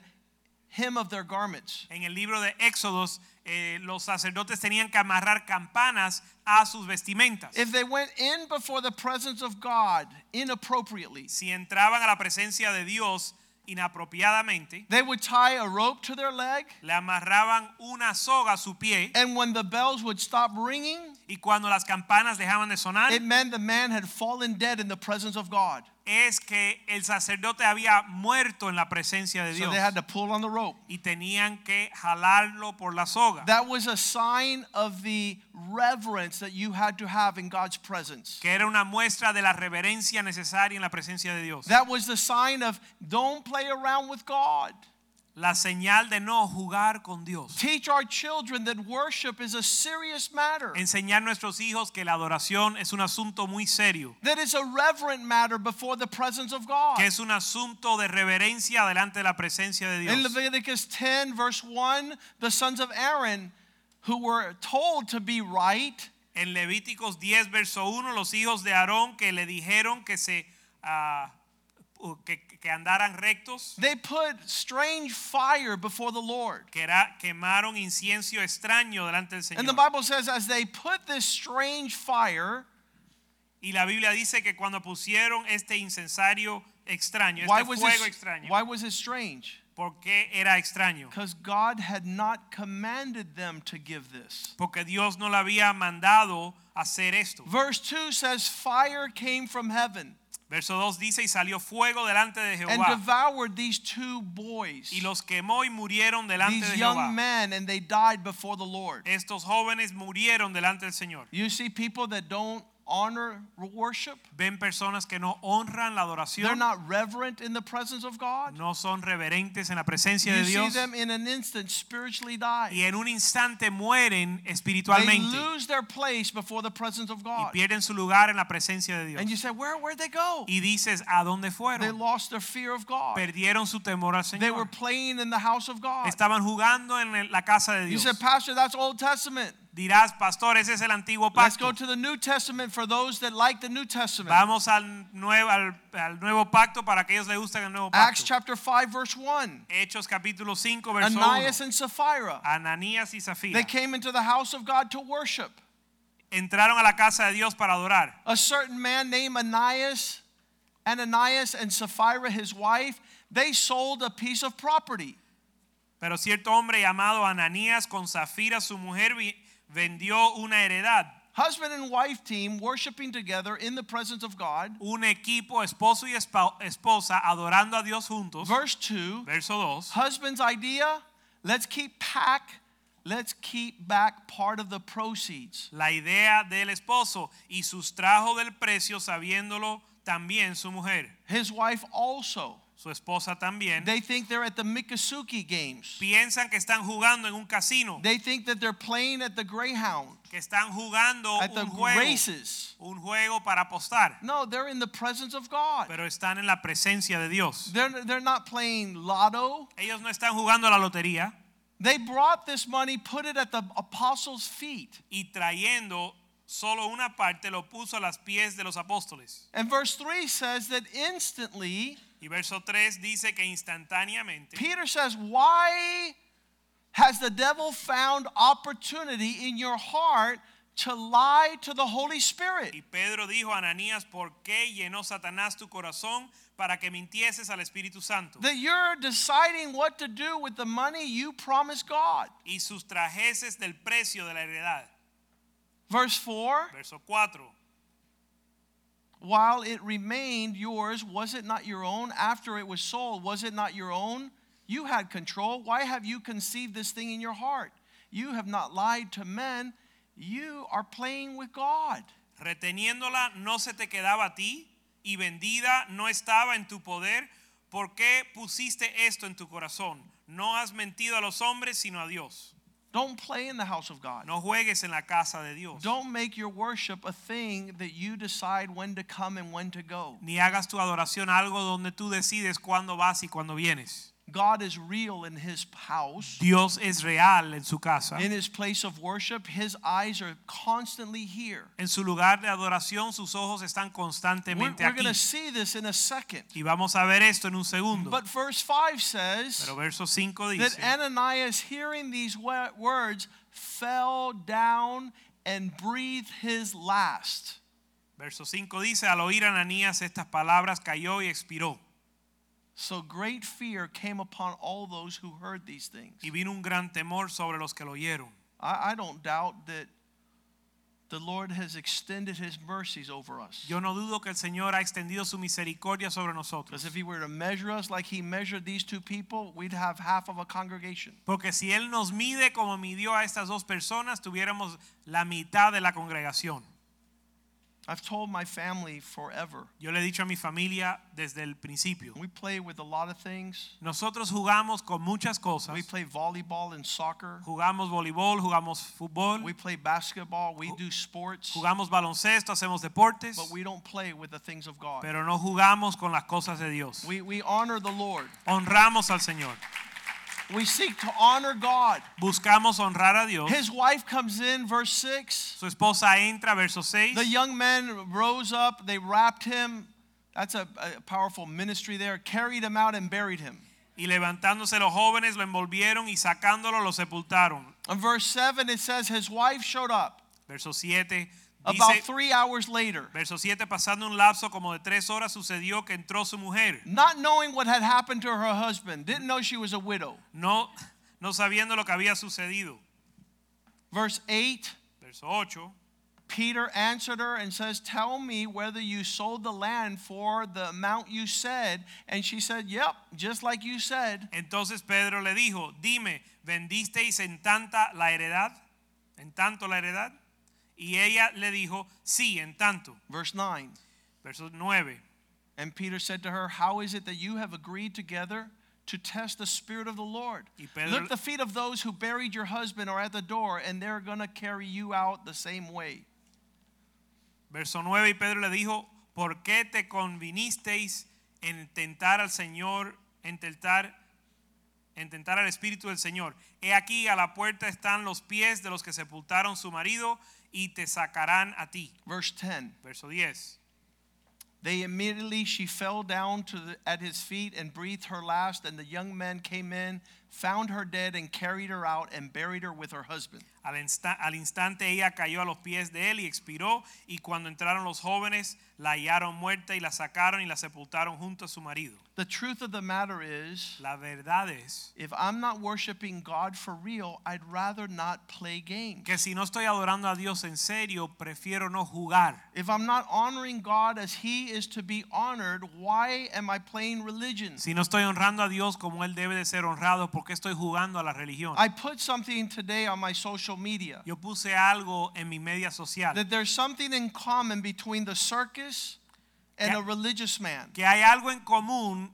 [SPEAKER 1] hem of their garments.
[SPEAKER 2] En el libro de Éxodos, eh, los sacerdotes tenían que amarrar campanas a sus vestimentas.
[SPEAKER 1] If they went in before the presence of God inappropriately,
[SPEAKER 2] si entraban a la presencia de Dios inapropiadamente,
[SPEAKER 1] They would tie a rope to their leg,
[SPEAKER 2] le amarraban una soga a su pie
[SPEAKER 1] and when the bells would stop ringing,
[SPEAKER 2] y cuando las campanas dejaban de sonar,
[SPEAKER 1] it meant the man had fallen dead in the presence of God.
[SPEAKER 2] es que el sacerdote había muerto en la presencia de
[SPEAKER 1] So
[SPEAKER 2] Dios
[SPEAKER 1] they had to pull on the rope.
[SPEAKER 2] y tenían que jalarlo por la soga,
[SPEAKER 1] That was a sign of the reverence that you had to have in God's presence.
[SPEAKER 2] que era una muestra de la reverencia necesaria en la presencia de Dios.
[SPEAKER 1] That was the sign of don't play around with God.
[SPEAKER 2] La señal de no jugar con Dios.
[SPEAKER 1] Teach our children that worship is a serious matter,
[SPEAKER 2] Enseñar a nuestros hijos que la adoración es un asunto muy serio,
[SPEAKER 1] that it's a reverent matter before the presence of God.
[SPEAKER 2] que es un asunto de reverencia delante de la presencia de
[SPEAKER 1] In
[SPEAKER 2] Dios.
[SPEAKER 1] Leviticus 10, verse 1, the sons of Aaron, who were told to be right,
[SPEAKER 2] En Levíticos 10, verso 1, los hijos de Aarón que le dijeron que se... ah, que- que andaran rectos
[SPEAKER 1] they put strange fire before the Lord.
[SPEAKER 2] que era- quemaron incienso extraño delante del
[SPEAKER 1] And the
[SPEAKER 2] Señor.
[SPEAKER 1] Bible says, as they put this strange fire,
[SPEAKER 2] Y la Biblia dice que cuando pusieron este incensario extraño,
[SPEAKER 1] why
[SPEAKER 2] este
[SPEAKER 1] was,
[SPEAKER 2] fuego
[SPEAKER 1] it,
[SPEAKER 2] extraño,
[SPEAKER 1] why was it strange?
[SPEAKER 2] ¿por qué era extraño?
[SPEAKER 1] Because God had not commanded them to give this.
[SPEAKER 2] Porque Dios no le había mandado hacer esto.
[SPEAKER 1] Verse 2 says, Fire came from heaven
[SPEAKER 2] Verso 2 dice, y salió fuego delante de
[SPEAKER 1] and
[SPEAKER 2] Jehová,
[SPEAKER 1] devoured these two boys,
[SPEAKER 2] y los quemó y murieron delante de
[SPEAKER 1] these young
[SPEAKER 2] Jehová.
[SPEAKER 1] men, and they died before the Lord.
[SPEAKER 2] Estos jóvenes murieron delante del Señor.
[SPEAKER 1] You see people that don't honor worship.
[SPEAKER 2] Ven personas que no honran la
[SPEAKER 1] They're
[SPEAKER 2] adoración,
[SPEAKER 1] not reverent in the presence of God.
[SPEAKER 2] no son reverentes en la presencia
[SPEAKER 1] You
[SPEAKER 2] de
[SPEAKER 1] see
[SPEAKER 2] Dios,
[SPEAKER 1] them in an instant spiritually
[SPEAKER 2] y
[SPEAKER 1] die.
[SPEAKER 2] en un instante mueren
[SPEAKER 1] They
[SPEAKER 2] espiritualmente.
[SPEAKER 1] lose their place before the presence
[SPEAKER 2] y
[SPEAKER 1] of God.
[SPEAKER 2] pierden su lugar en la presencia de
[SPEAKER 1] And you
[SPEAKER 2] Dios.
[SPEAKER 1] say, where where'd they go?
[SPEAKER 2] Y dices, ¿a dónde
[SPEAKER 1] They
[SPEAKER 2] fueron?
[SPEAKER 1] lost their fear of God.
[SPEAKER 2] Perdieron su temor al
[SPEAKER 1] They were
[SPEAKER 2] Señor.
[SPEAKER 1] playing in the house of God.
[SPEAKER 2] Estaban jugando en el- la casa de
[SPEAKER 1] You
[SPEAKER 2] Dios.
[SPEAKER 1] said, Pastor, that's Old Testament.
[SPEAKER 2] Dirás, pastor, ese es el antiguo
[SPEAKER 1] Let's go
[SPEAKER 2] pacto.
[SPEAKER 1] to the New Testament for those that like the New Testament.
[SPEAKER 2] Vamos al nuevo, al, al nuevo pacto para aquellos que les gustan el nuevo
[SPEAKER 1] Acts
[SPEAKER 2] pacto.
[SPEAKER 1] chapter 5, verse 1.
[SPEAKER 2] Hechos capítulo 5, verso 1.
[SPEAKER 1] Ananias and Sapphira.
[SPEAKER 2] Ananías y
[SPEAKER 1] They
[SPEAKER 2] Zafira
[SPEAKER 1] came into the house of God to worship.
[SPEAKER 2] entraron a la casa de Dios para adorar.
[SPEAKER 1] a certain man named Ananias, Ananias and Sapphira, his wife, they sold a piece of property.
[SPEAKER 2] Pero cierto hombre llamado Ananías con Zafira, su mujer, vi- vendió una heredad.
[SPEAKER 1] husband and wife team worshiping together in the presence of God.
[SPEAKER 2] un equipo esposo y espa- esposa adorando a Dios juntos.
[SPEAKER 1] Verse 2
[SPEAKER 2] Verso 2.
[SPEAKER 1] Husband's idea, let's keep pack, let's keep back part of the proceeds.
[SPEAKER 2] La idea del esposo y sustrajo del precio sabiéndolo también su mujer,
[SPEAKER 1] His wife also.
[SPEAKER 2] su esposa también.
[SPEAKER 1] They think they're at the Mikasuki games.
[SPEAKER 2] piensan que están jugando en un casino,
[SPEAKER 1] They think that they're playing at the Greyhound,
[SPEAKER 2] que están jugando
[SPEAKER 1] at the
[SPEAKER 2] un juego,
[SPEAKER 1] races.
[SPEAKER 2] un juego para apostar,
[SPEAKER 1] No, they're in the presence of God.
[SPEAKER 2] pero están en la presencia de Dios.
[SPEAKER 1] They're, they're not playing lotto.
[SPEAKER 2] Ellos no están jugando la lotería
[SPEAKER 1] They brought this money, put it at the apostles' feet.
[SPEAKER 2] y trayendo solo una parte lo puso a los pies de los apóstoles.
[SPEAKER 1] And verse 3 says that instantly,
[SPEAKER 2] Y verso 3 dice que instantáneamente
[SPEAKER 1] Peter says, Why has the devil found opportunity in your heart to lie to the Holy Spirit?
[SPEAKER 2] Y Pedro dijo a Ananías, ¿por qué llenó Satanás tu corazón para que mintieses al Espíritu Santo?
[SPEAKER 1] That you're deciding what to do with the money you promised God.
[SPEAKER 2] Y sustrajeses del precio de la heredad.
[SPEAKER 1] Verse 4
[SPEAKER 2] Verso 4.
[SPEAKER 1] While it remained yours, was it not your own? After it was sold, was it not your own? You had control. Why have you conceived this thing in your heart? You have not lied to men. You are playing with God.
[SPEAKER 2] Reteniéndola no se te quedaba a ti y vendida no estaba en tu poder. ¿Por qué pusiste esto en tu corazón? No has mentido a los hombres sino a Dios.
[SPEAKER 1] Don't play in the house of God.
[SPEAKER 2] No juegues en la casa de Dios.
[SPEAKER 1] Don't make your worship a thing that you decide when to come and when to go.
[SPEAKER 2] Ni hagas tu adoración algo donde tú decides cuándo vas y cuándo vienes.
[SPEAKER 1] God is real in his house.
[SPEAKER 2] Dios es real en su casa.
[SPEAKER 1] In his place of worship, his eyes are constantly here.
[SPEAKER 2] En su lugar de adoración sus ojos están
[SPEAKER 1] We're,
[SPEAKER 2] constantemente
[SPEAKER 1] going
[SPEAKER 2] aquí.
[SPEAKER 1] to see this in a second.
[SPEAKER 2] Y vamos a ver esto en un segundo.
[SPEAKER 1] But verse 5 says
[SPEAKER 2] Pero verso 5
[SPEAKER 1] that
[SPEAKER 2] dice
[SPEAKER 1] Ananias, hearing these wa- words, fell down and breathed his last.
[SPEAKER 2] Verso 5 dice al oír Ananías estas palabras cayó y expiró
[SPEAKER 1] So great fear came upon all those who heard these things.
[SPEAKER 2] y vino un gran temor sobre los que lo oyeron.
[SPEAKER 1] I, I don't doubt that the Lord has extended his mercies over us.
[SPEAKER 2] Yo no dudo que el Señor ha extendido su misericordia sobre nosotros,
[SPEAKER 1] Because if he were to measure us like he measured these two people, we'd have half of a congregation.
[SPEAKER 2] porque si él nos mide como midió a estas dos personas, tuviéramos la mitad de la congregación.
[SPEAKER 1] I've told my family forever.
[SPEAKER 2] Yo le he dicho a mi familia desde el principio.
[SPEAKER 1] We play with a lot of things.
[SPEAKER 2] Nosotros jugamos con muchas cosas.
[SPEAKER 1] We play volleyball and soccer.
[SPEAKER 2] Jugamos voleibol, jugamos fútbol.
[SPEAKER 1] We play basketball. We do sports.
[SPEAKER 2] Jugamos baloncesto, hacemos deportes,
[SPEAKER 1] But we don't play with the things of God.
[SPEAKER 2] pero no jugamos con las cosas de Dios.
[SPEAKER 1] We, we honor the Lord.
[SPEAKER 2] Honramos al Señor.
[SPEAKER 1] We seek to honor God.
[SPEAKER 2] Buscamos honrar a Dios.
[SPEAKER 1] His wife comes in, verse 6.
[SPEAKER 2] Su esposa entra, verso 6.
[SPEAKER 1] The young men rose up, they wrapped him. That's a, a powerful ministry there. Carried him out and buried him.
[SPEAKER 2] Y levantándose los jóvenes lo envolvieron y sacándolo lo sepultaron.
[SPEAKER 1] In verse 7, it says, His wife showed up
[SPEAKER 2] Verso 7.
[SPEAKER 1] about
[SPEAKER 2] Dice,
[SPEAKER 1] three hours later.
[SPEAKER 2] verso 7, pasando un lapso como de tres horas sucedió que entró su mujer,
[SPEAKER 1] Not knowing what had happened to her husband, didn't know she was a widow.
[SPEAKER 2] no, no sabiendo lo que había sucedido.
[SPEAKER 1] Verse 8,
[SPEAKER 2] Verso 8.
[SPEAKER 1] Peter answered her and says, Tell me whether you sold the land for the amount you said. And she said, Yep, just like you said.
[SPEAKER 2] Entonces Pedro le dijo, dime, ¿vendisteis en tanta la heredad? ¿En tanto la heredad? Y ella le dijo, sí, en tanto.
[SPEAKER 1] Verse 9.
[SPEAKER 2] Verso 9.
[SPEAKER 1] And Peter said to her, How is it that you have agreed together to test the Spirit of the Lord?
[SPEAKER 2] Y Pedro-
[SPEAKER 1] Look, the feet of those who buried your husband are at the door, and they're going to carry you out the same way.
[SPEAKER 2] Verso 9. Y Pedro le dijo, ¿por qué te convinisteis en tentar al Señor, en tentar, en tentar al Espíritu del Señor? He aquí a la puerta están los pies de los que sepultaron su marido y te sacarán a ti.
[SPEAKER 1] Verse 10.
[SPEAKER 2] Verso 10.
[SPEAKER 1] They immediately she fell down to the, at his feet and breathed her last, and the young men came in, found her dead, and carried her out and buried her with her husband.
[SPEAKER 2] Al, insta- al instante ella cayó a los pies de él y expiró, y cuando entraron los jóvenes la hallaron muerta y la sacaron y la sepultaron junto a su marido.
[SPEAKER 1] The truth of the matter is,
[SPEAKER 2] La verdad es
[SPEAKER 1] if I'm not worshiping God for real, I'd rather not play games.
[SPEAKER 2] que si no estoy adorando a Dios en serio, prefiero no jugar.
[SPEAKER 1] If I'm not honoring God as He is to be honored, why am I playing religion?
[SPEAKER 2] Si no estoy honrando a Dios como Él debe de ser honrado, porque estoy jugando a la religión.
[SPEAKER 1] I put something today on my social media
[SPEAKER 2] Yo puse algo en mi media social,
[SPEAKER 1] that there's something in common between the circus and
[SPEAKER 2] Yeah.
[SPEAKER 1] a religious man.
[SPEAKER 2] que hay algo en común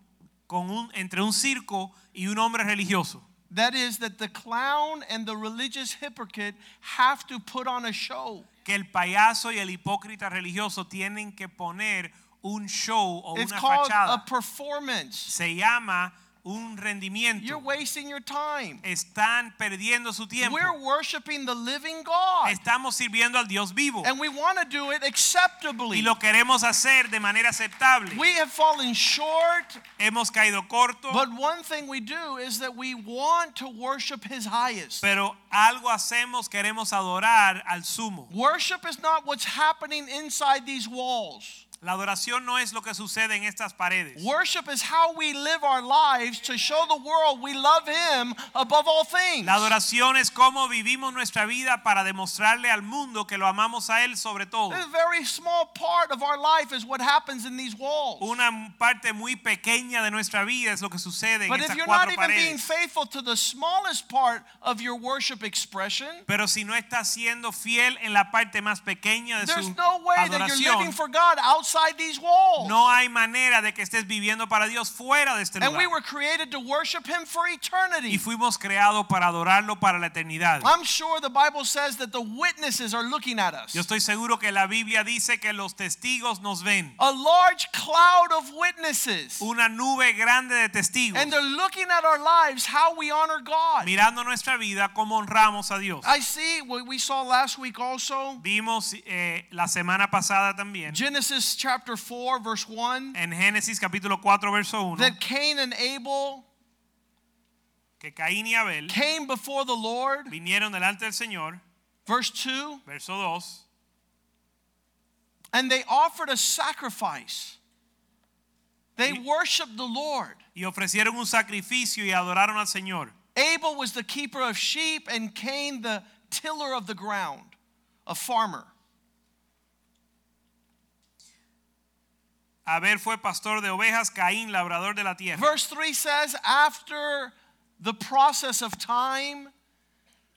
[SPEAKER 2] con un, entre un circo y un hombre religioso.
[SPEAKER 1] That is, that the clown and the religious hypocrite have to put on a show.
[SPEAKER 2] que el payaso y el hipócrita religioso tienen que poner un show o
[SPEAKER 1] It's
[SPEAKER 2] una
[SPEAKER 1] called a
[SPEAKER 2] fachada.
[SPEAKER 1] performance.
[SPEAKER 2] Se llama un rendimiento.
[SPEAKER 1] You're wasting your time.
[SPEAKER 2] Están perdiendo su tiempo.
[SPEAKER 1] We're worshiping the living God.
[SPEAKER 2] Estamos sirviendo al Dios vivo
[SPEAKER 1] And we want to do it
[SPEAKER 2] y
[SPEAKER 1] acceptably.
[SPEAKER 2] lo queremos hacer de manera aceptable.
[SPEAKER 1] We have fallen short,
[SPEAKER 2] Hemos caído corto,
[SPEAKER 1] but one thing we do is that we want to worship His highest.
[SPEAKER 2] pero algo hacemos, queremos adorar al sumo.
[SPEAKER 1] Worship is not what's happening inside these walls.
[SPEAKER 2] La adoración no es lo que sucede en estas paredes.
[SPEAKER 1] Worship is how we live our lives to show the world we love Him above all things.
[SPEAKER 2] La adoración es cómo vivimos nuestra vida para demostrarle al mundo que lo amamos a Él sobre todo.
[SPEAKER 1] A very small part of our life is what happens in these walls.
[SPEAKER 2] Una parte muy pequeña de nuestra vida es lo que sucede en
[SPEAKER 1] But if
[SPEAKER 2] estas
[SPEAKER 1] you're not
[SPEAKER 2] cuatro
[SPEAKER 1] even being
[SPEAKER 2] paredes.
[SPEAKER 1] faithful to the smallest part of your worship expression,
[SPEAKER 2] Pero si no está siendo fiel en la parte más pequeña de
[SPEAKER 1] there's
[SPEAKER 2] su
[SPEAKER 1] no way that you're living
[SPEAKER 2] adoración,
[SPEAKER 1] for God outside these walls.
[SPEAKER 2] no hay manera de que estés viviendo para Dios fuera de este
[SPEAKER 1] And we
[SPEAKER 2] lugar.
[SPEAKER 1] were created to worship Him for
[SPEAKER 2] Y
[SPEAKER 1] eternity.
[SPEAKER 2] fuimos creados para adorarlo para la eternidad.
[SPEAKER 1] I'm sure the Bible says that the witnesses are looking at us.
[SPEAKER 2] Yo estoy seguro que la Biblia dice que los testigos nos ven.
[SPEAKER 1] A large cloud of witnesses.
[SPEAKER 2] Una nube grande de testigos
[SPEAKER 1] And they're looking at our lives, how we honor God.
[SPEAKER 2] mirando nuestra vida como honramos a Dios.
[SPEAKER 1] I see what we saw last week also.
[SPEAKER 2] Vimos eh, la semana pasada también
[SPEAKER 1] Genesis chapter 4, verse 1.
[SPEAKER 2] en Génesis capítulo 4 verso 1
[SPEAKER 1] That Cain and Abel
[SPEAKER 2] que Caín y Abel
[SPEAKER 1] came before the Lord.
[SPEAKER 2] vinieron delante del Señor,
[SPEAKER 1] Verse 2.
[SPEAKER 2] verso 2,
[SPEAKER 1] And they offered a sacrifice. They worshiped the Lord.
[SPEAKER 2] y ofrecieron un sacrificio y adoraron al Señor.
[SPEAKER 1] Abel was the keeper of sheep, and Cain the tiller of the ground, a farmer.
[SPEAKER 2] Abel fue pastor de ovejas, Caín labrador de la tierra.
[SPEAKER 1] Verse 3 says, After the process of time,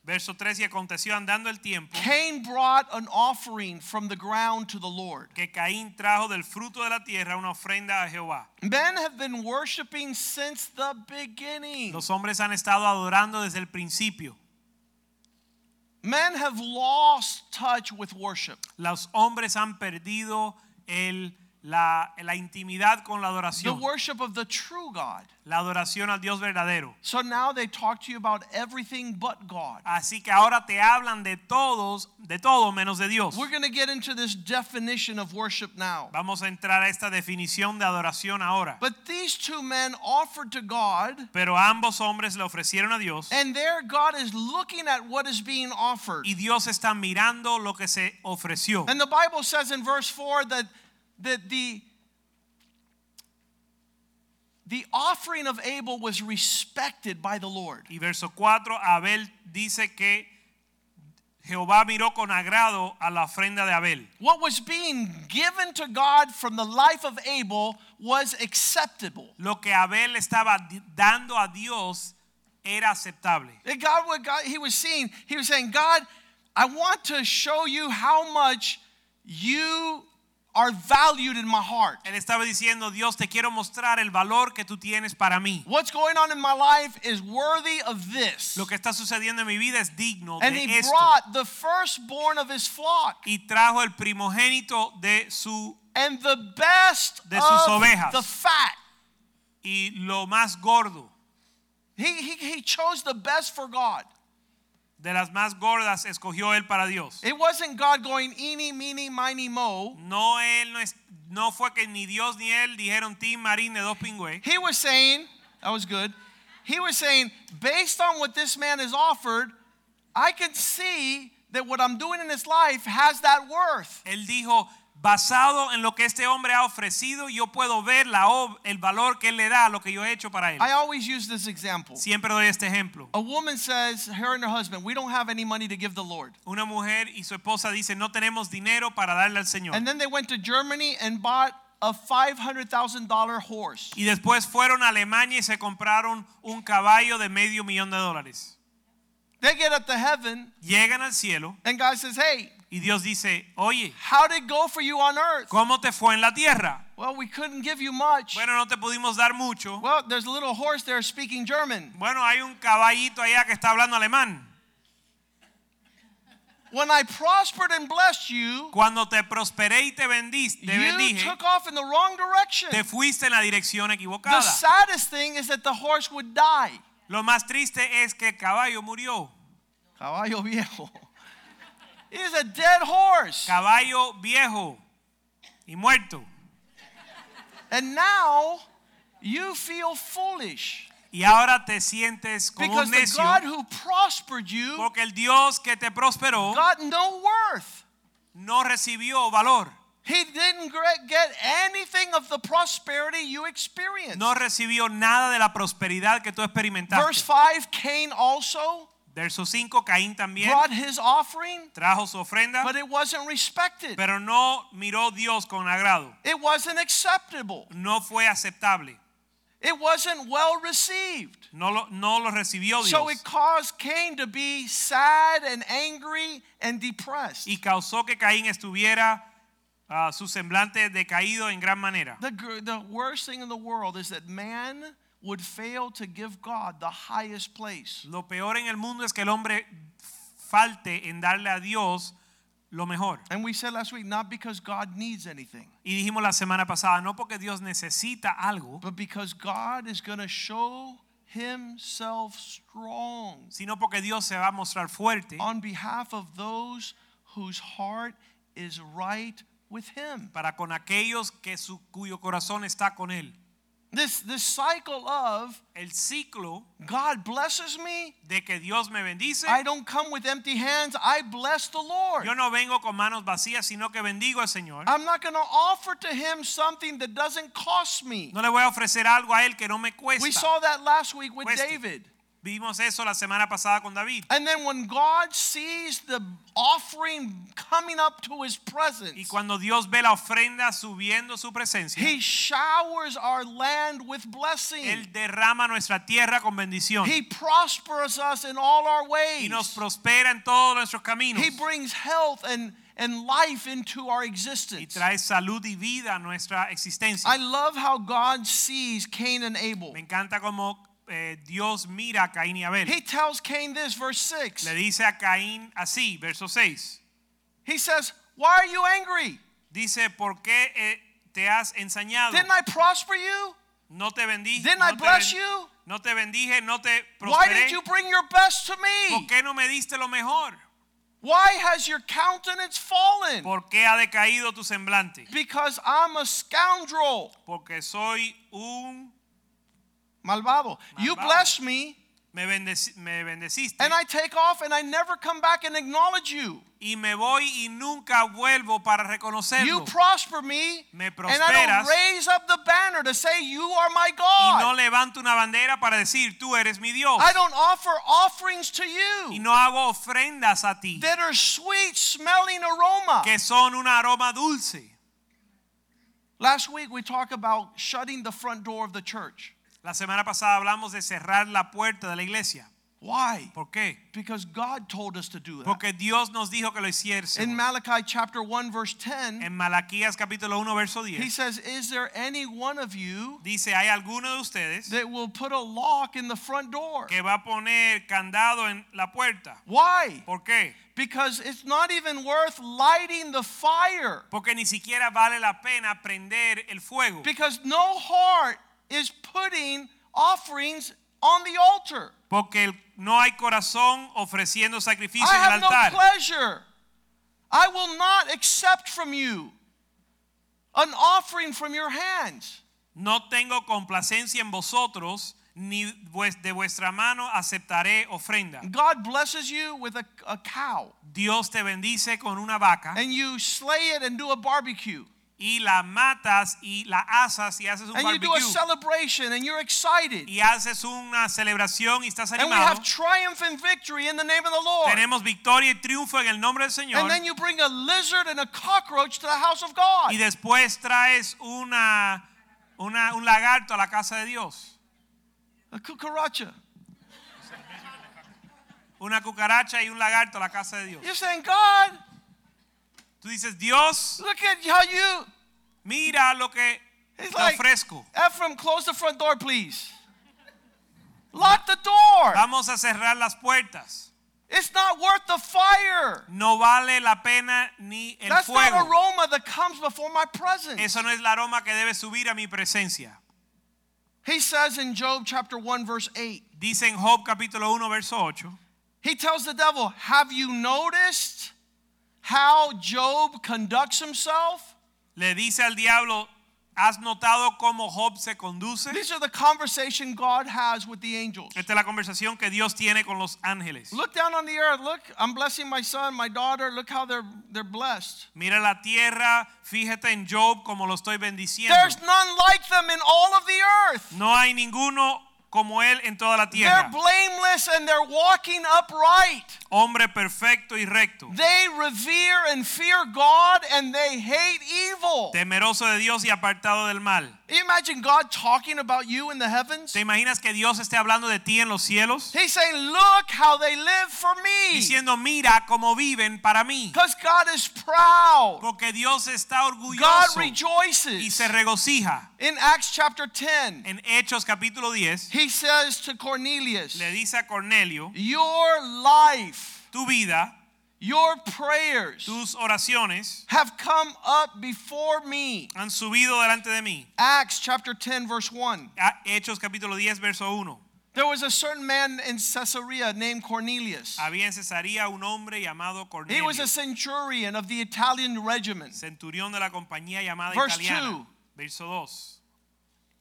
[SPEAKER 2] Verso 3, y aconteció andando el tiempo
[SPEAKER 1] Cain brought an offering from the ground to the Lord.
[SPEAKER 2] que Caín trajo del fruto de la tierra una ofrenda a Jehová.
[SPEAKER 1] Men have been worshiping since the beginning.
[SPEAKER 2] Los hombres han estado adorando desde el principio.
[SPEAKER 1] Men have lost touch with worship.
[SPEAKER 2] Los hombres han perdido el- la, la intimidad con la
[SPEAKER 1] the
[SPEAKER 2] adoración,
[SPEAKER 1] worship of the true God.
[SPEAKER 2] la adoración al Dios verdadero.
[SPEAKER 1] So now they talk to you about everything but God.
[SPEAKER 2] Así que ahora te hablan de todos, de todo menos de Dios.
[SPEAKER 1] We're going to get into this definition of worship now.
[SPEAKER 2] Vamos a entrar a esta definición de adoración ahora.
[SPEAKER 1] But these two men offered to God,
[SPEAKER 2] Pero ambos hombres le ofrecieron a Dios
[SPEAKER 1] and there God is looking at what is being offered.
[SPEAKER 2] y Dios está mirando lo que se ofreció.
[SPEAKER 1] And the Bible says in verse 4 that, that the, the offering of Abel was respected by the Lord.
[SPEAKER 2] Y verso 4, Abel dice que Jehová miró con agrado a la ofrenda de Abel.
[SPEAKER 1] What was being given to God from the life of Abel was acceptable.
[SPEAKER 2] Lo que Abel estaba di- dando a Dios era aceptable.
[SPEAKER 1] That God, what God, he was seeing, he was saying, God, I want to show you how much you are valued in my heart.
[SPEAKER 2] Él estaba diciendo, Dios, te quiero mostrar el valor que tú tienes para mí.
[SPEAKER 1] What's going on in my life is worthy of this.
[SPEAKER 2] Lo que está sucediendo en mi vida es digno
[SPEAKER 1] And
[SPEAKER 2] de
[SPEAKER 1] he
[SPEAKER 2] esto.
[SPEAKER 1] brought the firstborn of his flock
[SPEAKER 2] Y trajo el primogénito de su
[SPEAKER 1] and the best
[SPEAKER 2] De sus
[SPEAKER 1] of
[SPEAKER 2] ovejas.
[SPEAKER 1] the fat.
[SPEAKER 2] y lo más gordo.
[SPEAKER 1] He, he, he chose the best for God.
[SPEAKER 2] de las más gordas escogió él para Dios.
[SPEAKER 1] It wasn't God going eeny, meeny, miny, mo.
[SPEAKER 2] No él no, es- no fue que ni Dios ni él dijeron Tim Marín de dos pingües.
[SPEAKER 1] He was saying, that was good. he was saying, based on what this man is offered, I can see that what I'm doing in his life has that worth.
[SPEAKER 2] Él dijo, basado en lo que este hombre ha ofrecido, yo puedo ver la ob- el valor que él le da a lo que yo he hecho para él.
[SPEAKER 1] I always use this example.
[SPEAKER 2] Siempre doy este ejemplo.
[SPEAKER 1] A woman says, her and her husband, we don't have any money to give the Lord.
[SPEAKER 2] Una mujer y su esposa dicen, no tenemos dinero para darle al Señor.
[SPEAKER 1] And then they went to Germany and bought a $500,000 horse.
[SPEAKER 2] Y después fueron a Alemania y se compraron un caballo de medio millón de dólares.
[SPEAKER 1] They get up to heaven,
[SPEAKER 2] Llegan al cielo
[SPEAKER 1] and God says, hey,
[SPEAKER 2] y Dios dice, oye,
[SPEAKER 1] how'd it go for you on earth?
[SPEAKER 2] ¿cómo te fue en la tierra?
[SPEAKER 1] Well, we couldn't give you much.
[SPEAKER 2] Bueno, no te pudimos dar mucho.
[SPEAKER 1] Well, there's a little horse there speaking German.
[SPEAKER 2] Bueno, hay un caballito allá que está hablando alemán.
[SPEAKER 1] When I prospered and blessed you,
[SPEAKER 2] Cuando te prosperé y te bendiste, te
[SPEAKER 1] you
[SPEAKER 2] bendije,
[SPEAKER 1] took off in the wrong direction.
[SPEAKER 2] te fuiste en la dirección
[SPEAKER 1] The
[SPEAKER 2] equivocada.
[SPEAKER 1] saddest thing is that the horse would die.
[SPEAKER 2] Lo más triste es que el caballo murió.
[SPEAKER 1] Caballo viejo. It is a dead horse.
[SPEAKER 2] Caballo viejo y muerto.
[SPEAKER 1] And now you feel foolish
[SPEAKER 2] Y ahora te sientes como
[SPEAKER 1] because
[SPEAKER 2] un
[SPEAKER 1] the
[SPEAKER 2] necio
[SPEAKER 1] God who prospered you
[SPEAKER 2] porque el Dios que te prosperó
[SPEAKER 1] got no worth.
[SPEAKER 2] no recibió valor.
[SPEAKER 1] He didn't gre- get anything of the prosperity you experienced.
[SPEAKER 2] No recibió nada de la prosperidad que tú experimentaste.
[SPEAKER 1] Verse 5 Cain also
[SPEAKER 2] Verso 5, Caín también
[SPEAKER 1] brought his offering,
[SPEAKER 2] trajo su ofrenda,
[SPEAKER 1] but it wasn't respected.
[SPEAKER 2] pero no miró Dios con agrado.
[SPEAKER 1] It wasn't acceptable.
[SPEAKER 2] No fue aceptable.
[SPEAKER 1] It wasn't well received.
[SPEAKER 2] No lo, no lo recibió Dios.
[SPEAKER 1] So it caused Cain to be sad and angry and depressed.
[SPEAKER 2] y causó que Caín estuviera ah, su semblante decaído en gran manera.
[SPEAKER 1] The, gr- the worst thing in the world is that man would fail to give God the highest place.
[SPEAKER 2] Lo peor en el mundo es que el hombre falte en darle a Dios lo mejor.
[SPEAKER 1] And we said last week, not because God needs anything,
[SPEAKER 2] Y dijimos la semana pasada, no porque Dios necesita algo,
[SPEAKER 1] but because God is going to show himself strong
[SPEAKER 2] sino porque Dios se va a mostrar fuerte
[SPEAKER 1] on behalf of those whose heart is right with him.
[SPEAKER 2] para con aquellos que su, cuyo corazón está con él.
[SPEAKER 1] This, this cycle of
[SPEAKER 2] El ciclo
[SPEAKER 1] God blesses me,
[SPEAKER 2] de que Dios me bendice,
[SPEAKER 1] I don't come with empty hands, I bless the Lord.
[SPEAKER 2] yo no vengo con manos vacías, sino que bendigo al Señor.
[SPEAKER 1] I'm not going to offer to him something that doesn't cost me.
[SPEAKER 2] No le voy a ofrecer algo a él que no me
[SPEAKER 1] We
[SPEAKER 2] cuesta.
[SPEAKER 1] saw that last week with
[SPEAKER 2] Cuesta.
[SPEAKER 1] David.
[SPEAKER 2] Vimos eso la semana pasada con David.
[SPEAKER 1] And then when God sees the offering coming up to his
[SPEAKER 2] Y
[SPEAKER 1] presence,
[SPEAKER 2] cuando Dios ve la ofrenda subiendo su presencia,
[SPEAKER 1] he showers our land with blessing.
[SPEAKER 2] Él derrama nuestra tierra con bendición
[SPEAKER 1] He prospers us in all our
[SPEAKER 2] y nos
[SPEAKER 1] ways.
[SPEAKER 2] prospera en todos nuestros caminos
[SPEAKER 1] He brings health and, and life into our
[SPEAKER 2] y
[SPEAKER 1] existence.
[SPEAKER 2] trae salud y vida a nuestra existencia.
[SPEAKER 1] I love how God sees Cain and Abel.
[SPEAKER 2] Me encanta cómo eh, Dios mira a Caín y Abel.
[SPEAKER 1] He tells Cain this, verse 6.
[SPEAKER 2] Le dice a Caín así, verso 6.
[SPEAKER 1] He says, Why are you angry?
[SPEAKER 2] Dice, ¿por qué eh, te has ensañado?
[SPEAKER 1] Didn't I prosper you?
[SPEAKER 2] No te bendije.
[SPEAKER 1] Didn't
[SPEAKER 2] no,
[SPEAKER 1] I
[SPEAKER 2] te
[SPEAKER 1] bless
[SPEAKER 2] ben-
[SPEAKER 1] you?
[SPEAKER 2] no te bendije, no te
[SPEAKER 1] Why did
[SPEAKER 2] prosperé.
[SPEAKER 1] you bring your best to
[SPEAKER 2] ¿Por
[SPEAKER 1] me?
[SPEAKER 2] qué no me diste lo mejor?
[SPEAKER 1] Why has your countenance fallen?
[SPEAKER 2] ¿Por qué ha decaído tu semblante?
[SPEAKER 1] Because I'm a scoundrel.
[SPEAKER 2] Porque soy un
[SPEAKER 1] Malvado. You
[SPEAKER 2] Malvado.
[SPEAKER 1] bless me,
[SPEAKER 2] me, bendeci- me bendeciste
[SPEAKER 1] and I take off, and I never come back and acknowledge you.
[SPEAKER 2] y me voy y nunca vuelvo para
[SPEAKER 1] You
[SPEAKER 2] reconocerlo
[SPEAKER 1] prosper me,
[SPEAKER 2] Me
[SPEAKER 1] and I
[SPEAKER 2] prosperas.
[SPEAKER 1] don't raise up the banner to say, You are my
[SPEAKER 2] y no
[SPEAKER 1] God.
[SPEAKER 2] levanto una bandera para decir tú eres mi Dios
[SPEAKER 1] I don't offer offerings to
[SPEAKER 2] y
[SPEAKER 1] you
[SPEAKER 2] no hago ofrendas a ti
[SPEAKER 1] that are sweet smelling aroma.
[SPEAKER 2] que son un aroma dulce.
[SPEAKER 1] Last week we talked about shutting the front door of the church.
[SPEAKER 2] La semana pasada hablamos de cerrar la puerta de la iglesia.
[SPEAKER 1] Why?
[SPEAKER 2] ¿Por qué?
[SPEAKER 1] Because God told us to do that.
[SPEAKER 2] Porque Dios nos dijo que lo
[SPEAKER 1] In
[SPEAKER 2] hiciésemos.
[SPEAKER 1] Malachi chapter 1 verse 10,
[SPEAKER 2] En Malaquías capítulo 1 verso
[SPEAKER 1] he
[SPEAKER 2] 10
[SPEAKER 1] says, "Is there any one of you
[SPEAKER 2] dice, ¿hay alguno de ustedes
[SPEAKER 1] that will put a lock in the front door?"
[SPEAKER 2] que va a poner candado en la puerta?
[SPEAKER 1] Why?
[SPEAKER 2] ¿Por qué?
[SPEAKER 1] Because it's not even worth lighting the fire.
[SPEAKER 2] Porque ni siquiera vale la pena prender el fuego.
[SPEAKER 1] Because no heart is putting offerings on the altar.
[SPEAKER 2] Porque el- no hay corazón ofreciendo sacrificio
[SPEAKER 1] I
[SPEAKER 2] en el
[SPEAKER 1] have no
[SPEAKER 2] altar.
[SPEAKER 1] pleasure. I will not accept from you an offering from your hands.
[SPEAKER 2] No tengo complacencia en vosotros ni vues- de vuestra mano aceptaré ofrenda.
[SPEAKER 1] God blesses you with a, a cow,
[SPEAKER 2] Dios te bendice con una vaca
[SPEAKER 1] and you slay it and do a barbecue,
[SPEAKER 2] y la matas y la asas y haces un
[SPEAKER 1] and you do
[SPEAKER 2] barbecue
[SPEAKER 1] a celebration, and you're excited.
[SPEAKER 2] y haces una celebración y estás
[SPEAKER 1] And we have
[SPEAKER 2] animado.
[SPEAKER 1] triumph and victory in the name of the Lord.
[SPEAKER 2] Tenemos victoria y triunfo en el nombre del Señor.
[SPEAKER 1] And then you bring a lizard and a cockroach to the house of God.
[SPEAKER 2] Y después traes una, una- un lagarto a la casa de Dios,
[SPEAKER 1] A cucaracha.
[SPEAKER 2] una cucaracha y un lagarto a la casa de Dios.
[SPEAKER 1] You're saying, God,
[SPEAKER 2] Tú dices, Dios,
[SPEAKER 1] look at how you.
[SPEAKER 2] mira lo que te
[SPEAKER 1] It's like-
[SPEAKER 2] ofrezco.
[SPEAKER 1] Ephraim, close the front door, please. Lock the door.
[SPEAKER 2] Vamos a cerrar las puertas.
[SPEAKER 1] It's not worth the fire.
[SPEAKER 2] No vale la pena ni el
[SPEAKER 1] That's not
[SPEAKER 2] fuego.
[SPEAKER 1] aroma that comes before my presence.
[SPEAKER 2] Eso no es el aroma que debe subir a mi presencia.
[SPEAKER 1] He says in Job chapter 1, verse 8,
[SPEAKER 2] Dice en Job capítulo 1 verso 8,
[SPEAKER 1] he tells the devil, Have you noticed how Job conducts himself?
[SPEAKER 2] le dice al diablo, ¿has notado cómo Job se conduce?
[SPEAKER 1] These are the conversation God has with the angels.
[SPEAKER 2] Esta es la conversación que Dios tiene con los ángeles.
[SPEAKER 1] Look down on the earth. Look, I'm blessing my son, my daughter. Look how they're they're blessed.
[SPEAKER 2] Mira la tierra, fíjate en Job como lo estoy bendiciendo.
[SPEAKER 1] There's none like them in all of the earth.
[SPEAKER 2] No hay ninguno como él en toda la
[SPEAKER 1] They're
[SPEAKER 2] tierra.
[SPEAKER 1] blameless and they're walking upright.
[SPEAKER 2] Hombre perfecto y recto,
[SPEAKER 1] They revere and fear God and they hate evil.
[SPEAKER 2] temeroso de Dios y apartado del mal.
[SPEAKER 1] Can you imagine God talking about you in the heavens?
[SPEAKER 2] ¿Te imaginas que Dios esté hablando de ti en los cielos?
[SPEAKER 1] He's saying, Look how they live for me.
[SPEAKER 2] Diciendo, mira cómo viven para mí.
[SPEAKER 1] Because God is proud.
[SPEAKER 2] Porque Dios está
[SPEAKER 1] God
[SPEAKER 2] orgulloso y
[SPEAKER 1] rejoices.
[SPEAKER 2] se regocija.
[SPEAKER 1] In Acts chapter 10,
[SPEAKER 2] En Hechos capítulo 10
[SPEAKER 1] he says to Cornelius,
[SPEAKER 2] le dice a Cornelio,
[SPEAKER 1] Your life.
[SPEAKER 2] tu vida,
[SPEAKER 1] Your prayers
[SPEAKER 2] tus oraciones
[SPEAKER 1] have come up before me.
[SPEAKER 2] han subido delante de mí.
[SPEAKER 1] Acts chapter 10, verse 1.
[SPEAKER 2] A- Hechos capítulo 10 verso 1.
[SPEAKER 1] There was a certain man in Caesarea named Cornelius.
[SPEAKER 2] Había en Cesarea un hombre llamado
[SPEAKER 1] He
[SPEAKER 2] Cornelio,
[SPEAKER 1] was a centurion of the Italian regiment.
[SPEAKER 2] centurión de la compañía llamada
[SPEAKER 1] Verse
[SPEAKER 2] italiana.
[SPEAKER 1] two.
[SPEAKER 2] Verso 2.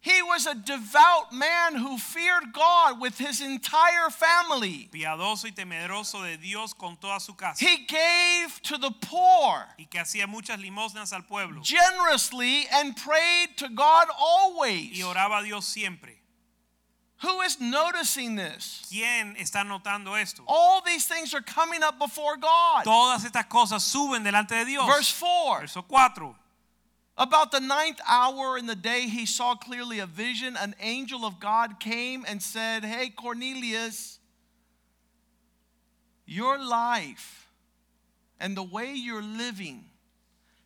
[SPEAKER 1] He was a devout man who feared God with his entire family.
[SPEAKER 2] Piadoso y temeroso de Dios con toda su casa
[SPEAKER 1] He gave to the poor
[SPEAKER 2] y que hacía muchas limosnas al pueblo
[SPEAKER 1] generously and prayed to God always.
[SPEAKER 2] y oraba a Dios siempre.
[SPEAKER 1] Who is noticing this?
[SPEAKER 2] ¿Quién está notando esto?
[SPEAKER 1] All these things are coming up before God.
[SPEAKER 2] Todas estas cosas suben delante de Dios.
[SPEAKER 1] Verse 4.
[SPEAKER 2] Verso 4.
[SPEAKER 1] About the ninth hour in the day, he saw clearly a vision. An angel of God came and said, Hey, Cornelius, your life and the way you're living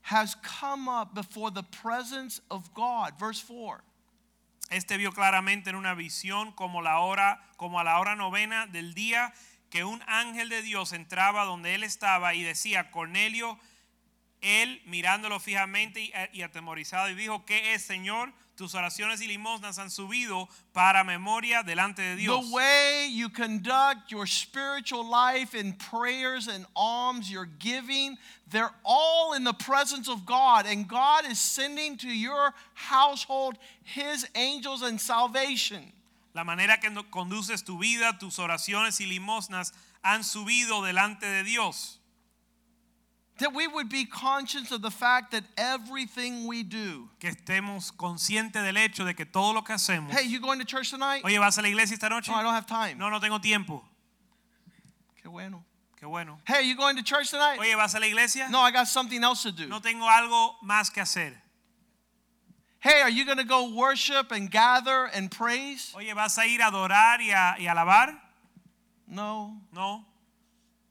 [SPEAKER 1] has come up before the presence of God. Verse 4.
[SPEAKER 2] Este vio claramente en una visión como la hora, como a la hora novena del día, que un ángel de Dios entraba donde él estaba y decía, Cornelio, él mirándolo fijamente y, y atemorizado y dijo, ¿qué es, Señor? Tus oraciones y limosnas han subido para memoria delante de Dios.
[SPEAKER 1] The way you conduct your spiritual life in prayers and alms, your giving, they're all in the presence of God. And God is sending to your household his angels and salvation.
[SPEAKER 2] La manera que no- conduces tu vida, tus oraciones y limosnas han subido delante de Dios.
[SPEAKER 1] That we would be conscious of the fact that everything we do.
[SPEAKER 2] Que estemos conscientes del hecho de que todo lo que hacemos...
[SPEAKER 1] Hey, you going to church tonight?
[SPEAKER 2] Oye, ¿vas a la iglesia esta noche?
[SPEAKER 1] No, I don't have time.
[SPEAKER 2] Oh, No, no tengo tiempo.
[SPEAKER 1] Que bueno.
[SPEAKER 2] Qué bueno.
[SPEAKER 1] Hey, you going to church tonight?
[SPEAKER 2] Oye, ¿vas a la iglesia?
[SPEAKER 1] No, I got something else to do.
[SPEAKER 2] Oh, No tengo algo más que hacer.
[SPEAKER 1] Hey, are you going to go worship and gather and praise?
[SPEAKER 2] Oye, ¿vas a ir a adorar y, a, y alabar?
[SPEAKER 1] No,
[SPEAKER 2] No,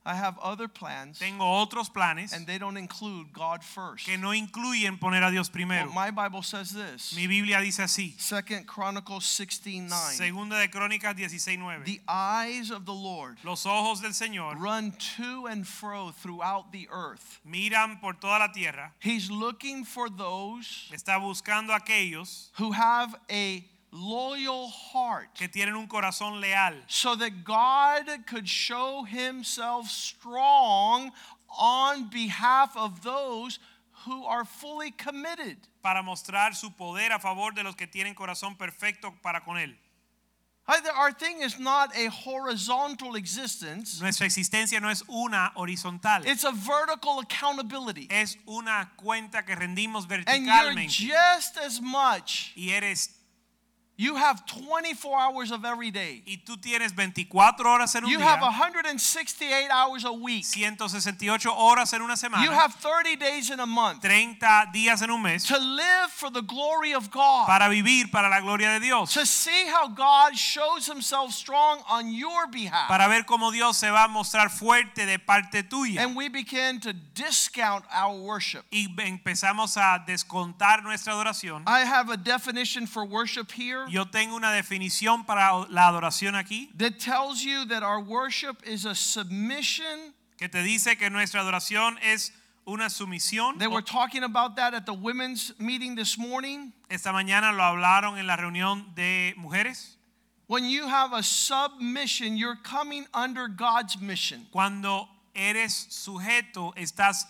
[SPEAKER 1] I have other plans.
[SPEAKER 2] tengo otros planes
[SPEAKER 1] and they don't include God first.
[SPEAKER 2] que no incluyen poner a Dios
[SPEAKER 1] Well,
[SPEAKER 2] primero.
[SPEAKER 1] my Bible says this.
[SPEAKER 2] Mi Biblia dice así.
[SPEAKER 1] Second Chronicles 16:9.
[SPEAKER 2] Segunda de Crónicas 16:9.
[SPEAKER 1] The eyes of the Lord
[SPEAKER 2] Los ojos del Señor
[SPEAKER 1] run to and fro throughout the earth.
[SPEAKER 2] miran por toda la tierra.
[SPEAKER 1] He's looking for those
[SPEAKER 2] Está buscando a aquellos
[SPEAKER 1] who have a loyal heart
[SPEAKER 2] que tienen un corazón leal
[SPEAKER 1] so that God could show himself strong on behalf of those who are fully committed.
[SPEAKER 2] para mostrar su poder a favor de los que tienen corazón perfecto para con él.
[SPEAKER 1] I- there- Our thing is not a horizontal existence,
[SPEAKER 2] Nuestra existencia no es una horizontal,
[SPEAKER 1] it's a vertical accountability.
[SPEAKER 2] es una cuenta que rendimos
[SPEAKER 1] And you're
[SPEAKER 2] verticalmente.
[SPEAKER 1] just as much,
[SPEAKER 2] Y eres
[SPEAKER 1] you have 24 hours of every day,
[SPEAKER 2] y tú tienes 24 horas en un
[SPEAKER 1] you have
[SPEAKER 2] día,
[SPEAKER 1] 168 hours a week,
[SPEAKER 2] 168 horas en una
[SPEAKER 1] you
[SPEAKER 2] semana,
[SPEAKER 1] have 30 days in a month
[SPEAKER 2] 30 días en un mes
[SPEAKER 1] to live for the glory of God.
[SPEAKER 2] para vivir para la gloria de Dios,
[SPEAKER 1] To see how God shows himself strong on your behalf.
[SPEAKER 2] para ver cómo Dios se va a mostrar fuerte de parte tuya.
[SPEAKER 1] And we begin to discount our worship.
[SPEAKER 2] Y empezamos a descontar nuestra adoración.
[SPEAKER 1] I have a definition for worship here
[SPEAKER 2] Yo tengo una definición para la adoración aquí
[SPEAKER 1] that tells you that our worship is a submission.
[SPEAKER 2] que te dice que nuestra adoración es una sumisión.
[SPEAKER 1] They were talking about that at the women's meeting this morning.
[SPEAKER 2] Esta mañana lo hablaron en la reunión de mujeres.
[SPEAKER 1] When you have a submission, you're coming under God's mission.
[SPEAKER 2] Cuando eres sujeto, estás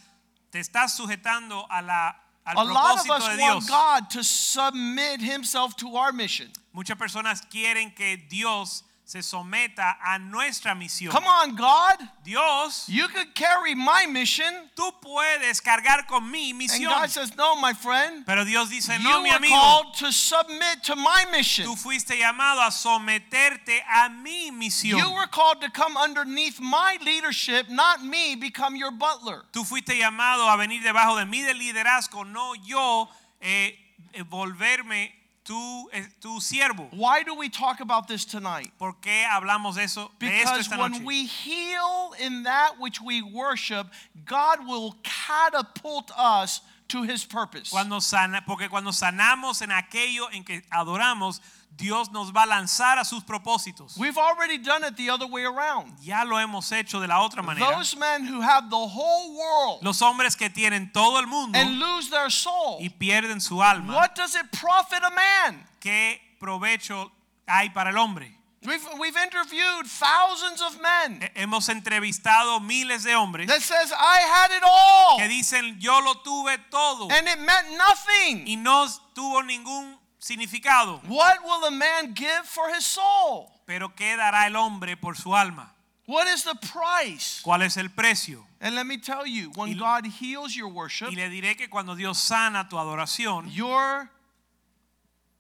[SPEAKER 2] te estás sujetando a la al
[SPEAKER 1] A lot of
[SPEAKER 2] propósito
[SPEAKER 1] us
[SPEAKER 2] de
[SPEAKER 1] want
[SPEAKER 2] Dios.
[SPEAKER 1] God to submit himself to our mission.
[SPEAKER 2] Muchas personas quieren que Dios se someta a nuestra misión.
[SPEAKER 1] Come on, God,
[SPEAKER 2] Dios,
[SPEAKER 1] you could carry my mission.
[SPEAKER 2] tú puedes cargar con mi
[SPEAKER 1] And
[SPEAKER 2] misión.
[SPEAKER 1] God says, No, my friend.
[SPEAKER 2] Pero Dios dice,
[SPEAKER 1] You
[SPEAKER 2] no, mi
[SPEAKER 1] were
[SPEAKER 2] amigo,
[SPEAKER 1] called to submit to my mission.
[SPEAKER 2] Tú fuiste llamado a someterte a mi misión.
[SPEAKER 1] You were called to come underneath my leadership, not me become your butler.
[SPEAKER 2] Tú fuiste llamado a venir debajo de mí de liderazgo, no yo eh, eh, volverme tu, eh, tu siervo.
[SPEAKER 1] Why do we talk about this tonight?
[SPEAKER 2] ¿Por qué hablamos de eso? De esto
[SPEAKER 1] Because
[SPEAKER 2] esta
[SPEAKER 1] when
[SPEAKER 2] noche?
[SPEAKER 1] we heal in that which we worship, God will catapult us to his purpose.
[SPEAKER 2] Cuando sana, porque cuando sanamos en aquello en que adoramos, Dios nos va a lanzar a sus propósitos.
[SPEAKER 1] We've already done it the other way around.
[SPEAKER 2] Ya lo hemos hecho de la otra manera.
[SPEAKER 1] Those men who have the whole world
[SPEAKER 2] Los hombres que tienen todo el mundo
[SPEAKER 1] and lose their soul,
[SPEAKER 2] y pierden su alma,
[SPEAKER 1] what does it profit a man?
[SPEAKER 2] ¿qué provecho hay para el hombre?
[SPEAKER 1] We've, we've interviewed thousands of men
[SPEAKER 2] He- Hemos entrevistado miles de hombres
[SPEAKER 1] that says, I had it all
[SPEAKER 2] que dicen yo lo tuve todo
[SPEAKER 1] and it meant nothing.
[SPEAKER 2] y no tuvo ningún significado.
[SPEAKER 1] What will a man give for his soul?
[SPEAKER 2] Pero ¿qué dará el hombre por su alma?
[SPEAKER 1] What is the price?
[SPEAKER 2] ¿Cuál es el precio?
[SPEAKER 1] And let me tell you,
[SPEAKER 2] Y-
[SPEAKER 1] when God heals your worship,
[SPEAKER 2] Y le diré que cuando Dios sana tu adoración,
[SPEAKER 1] you're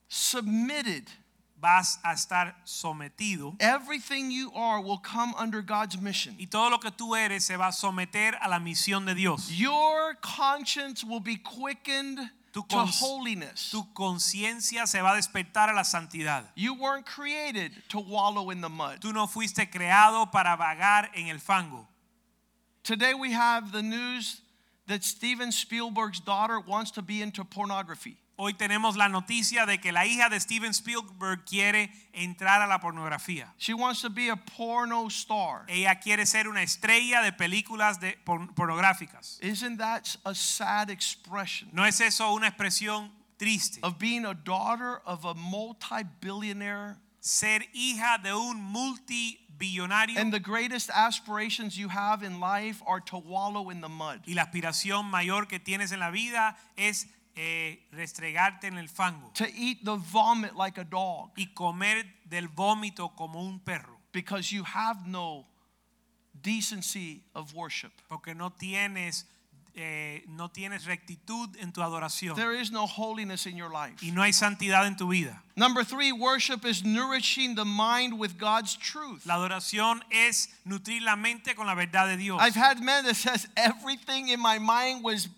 [SPEAKER 1] submitted.
[SPEAKER 2] vas a estar sometido
[SPEAKER 1] Everything you are will come under God's mission.
[SPEAKER 2] y todo lo que tú eres se va a someter a la misión de Dios.
[SPEAKER 1] Your conscience will be quickened
[SPEAKER 2] Tu
[SPEAKER 1] to
[SPEAKER 2] cons-
[SPEAKER 1] holiness.
[SPEAKER 2] Tu conciencia se va a despertar a la santidad.
[SPEAKER 1] You weren't created to wallow in the mud.
[SPEAKER 2] Tú no fuiste creado para vagar en el fango.
[SPEAKER 1] Today we have the news that Steven Spielberg's daughter wants to be into pornography.
[SPEAKER 2] Hoy tenemos la noticia de que la hija de Steven Spielberg quiere entrar a la pornografía.
[SPEAKER 1] She wants to be a porno star.
[SPEAKER 2] Ella quiere ser una estrella de películas de por- pornográficas.
[SPEAKER 1] Isn't that a sad expression
[SPEAKER 2] ¿No es eso una expresión triste?
[SPEAKER 1] of being a daughter of a multi-billionaire
[SPEAKER 2] Ser hija de un multibillonario
[SPEAKER 1] and the greatest aspirations you have in life are to wallow in the mud.
[SPEAKER 2] y la aspiración mayor que tienes en la vida es eh, restregarte en el fango
[SPEAKER 1] To eat the vomit like a dog
[SPEAKER 2] y comer del vómito como un perro,
[SPEAKER 1] because you have no decency of worship.
[SPEAKER 2] porque no tienes, eh, no tienes rectitud en tu adoración
[SPEAKER 1] There is no holiness in your life.
[SPEAKER 2] y no hay santidad en tu vida.
[SPEAKER 1] Number three, worship is nourishing the mind with God's truth.
[SPEAKER 2] La adoración es nutrir la mente con la verdad de Dios.
[SPEAKER 1] I've had men that says everything in my mind was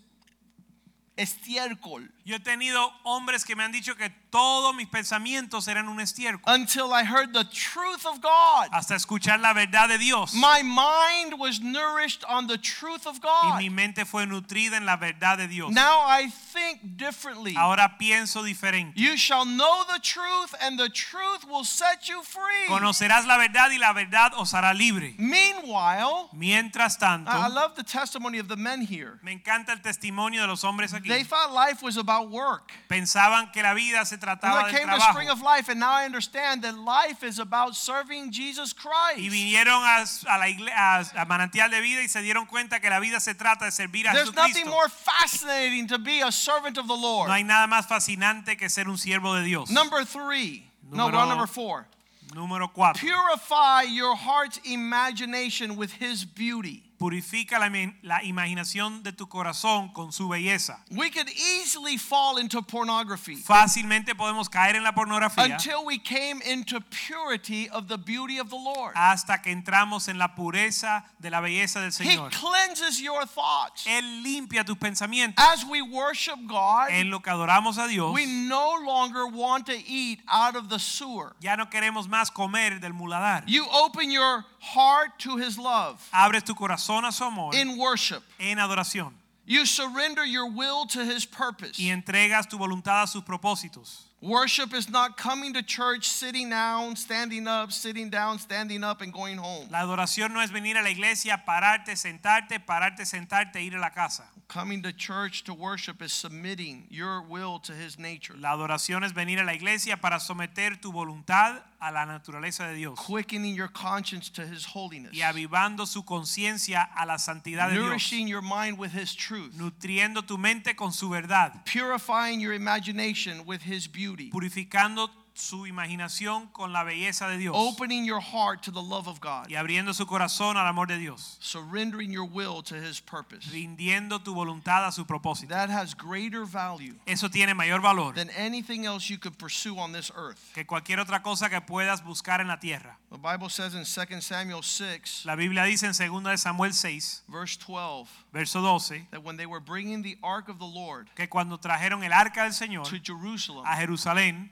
[SPEAKER 1] estiércol
[SPEAKER 2] Yo he tenido hombres que me han dicho que todos mis pensamientos eran un estiércol.
[SPEAKER 1] until I heard the truth of God.
[SPEAKER 2] Hasta escuchar la verdad de Dios.
[SPEAKER 1] My mind was nourished on the truth of
[SPEAKER 2] Y
[SPEAKER 1] God.
[SPEAKER 2] mi mente fue nutrida en la verdad de Dios.
[SPEAKER 1] Now I think differently.
[SPEAKER 2] Ahora pienso diferente.
[SPEAKER 1] You shall know the truth, and the truth will set you free.
[SPEAKER 2] Conocerás la verdad y la verdad os hará libre.
[SPEAKER 1] Meanwhile,
[SPEAKER 2] Mientras tanto,
[SPEAKER 1] I I love the testimony of the men here.
[SPEAKER 2] me encanta el testimonio de los hombres aquí.
[SPEAKER 1] They thought life was about work.
[SPEAKER 2] Pensaban que la vida se
[SPEAKER 1] And
[SPEAKER 2] trataba
[SPEAKER 1] I
[SPEAKER 2] del
[SPEAKER 1] came to spring
[SPEAKER 2] trabajo.
[SPEAKER 1] of life, and now I understand that life is about serving Jesus
[SPEAKER 2] Y
[SPEAKER 1] Christ.
[SPEAKER 2] vinieron a, a la igle- a- a manantial de vida y se dieron cuenta que la vida se trata de servir a
[SPEAKER 1] There's nothing
[SPEAKER 2] Jesucristo.
[SPEAKER 1] more fascinating to be a servant of the Lord.
[SPEAKER 2] No hay nada más fascinante que ser un siervo de Dios.
[SPEAKER 1] Number three. No,
[SPEAKER 2] Número-
[SPEAKER 1] we're on number four.
[SPEAKER 2] Número 4.
[SPEAKER 1] Purify your heart's imagination with his beauty.
[SPEAKER 2] Purifica la, men- la imaginación de tu corazón con su belleza.
[SPEAKER 1] We could easily fall into pornography
[SPEAKER 2] Fácilmente podemos caer en la pornografía
[SPEAKER 1] until we came into purity of the beauty of the Lord.
[SPEAKER 2] hasta que entramos en la pureza de la belleza del
[SPEAKER 1] He
[SPEAKER 2] Señor.
[SPEAKER 1] cleanses your thoughts.
[SPEAKER 2] Él limpia tus pensamientos.
[SPEAKER 1] As we worship God,
[SPEAKER 2] En lo que adoramos a Dios,
[SPEAKER 1] Ah, we no longer want to eat out of the sewer.
[SPEAKER 2] ya no queremos más comer del muladar.
[SPEAKER 1] You open your heart to his love
[SPEAKER 2] Abres tu corazón a su amor
[SPEAKER 1] in worship.
[SPEAKER 2] en adoración
[SPEAKER 1] You surrender your will to his purpose.
[SPEAKER 2] y entregas tu voluntad a sus propósitos.
[SPEAKER 1] Worship is not coming to church, sitting down, standing up, sitting down, standing up, and going home.
[SPEAKER 2] La adoración no es venir a la iglesia, pararte, sentarte, pararte, sentarte, e ir a la casa.
[SPEAKER 1] Coming to church to worship is submitting your will to his nature.
[SPEAKER 2] La adoración es venir a la iglesia para someter tu voluntad a la naturaleza de Dios
[SPEAKER 1] Quickening your conscience to his holiness.
[SPEAKER 2] y avivando su conciencia a la santidad de Dios,
[SPEAKER 1] Nourishing your mind with his truth.
[SPEAKER 2] nutriendo tu mente con su verdad,
[SPEAKER 1] Purifying your imagination with his beauty.
[SPEAKER 2] purificando su imaginación con la belleza de Dios
[SPEAKER 1] Opening your heart to the love of God.
[SPEAKER 2] y abriendo su corazón al amor de Dios,
[SPEAKER 1] Surrendering your will to his purpose.
[SPEAKER 2] rindiendo tu voluntad a su propósito.
[SPEAKER 1] That has greater value
[SPEAKER 2] Eso tiene mayor valor
[SPEAKER 1] than anything else you could pursue on this earth.
[SPEAKER 2] que cualquier otra cosa que puedas buscar en la tierra.
[SPEAKER 1] The Bible says in 2 Samuel 6,
[SPEAKER 2] La Biblia dice en 2 de Samuel 6,
[SPEAKER 1] verse 12,
[SPEAKER 2] verso 12,
[SPEAKER 1] that when they were bringing the ark of the Lord
[SPEAKER 2] que cuando trajeron el arca del Señor
[SPEAKER 1] to Jerusalem,
[SPEAKER 2] a Jerusalén,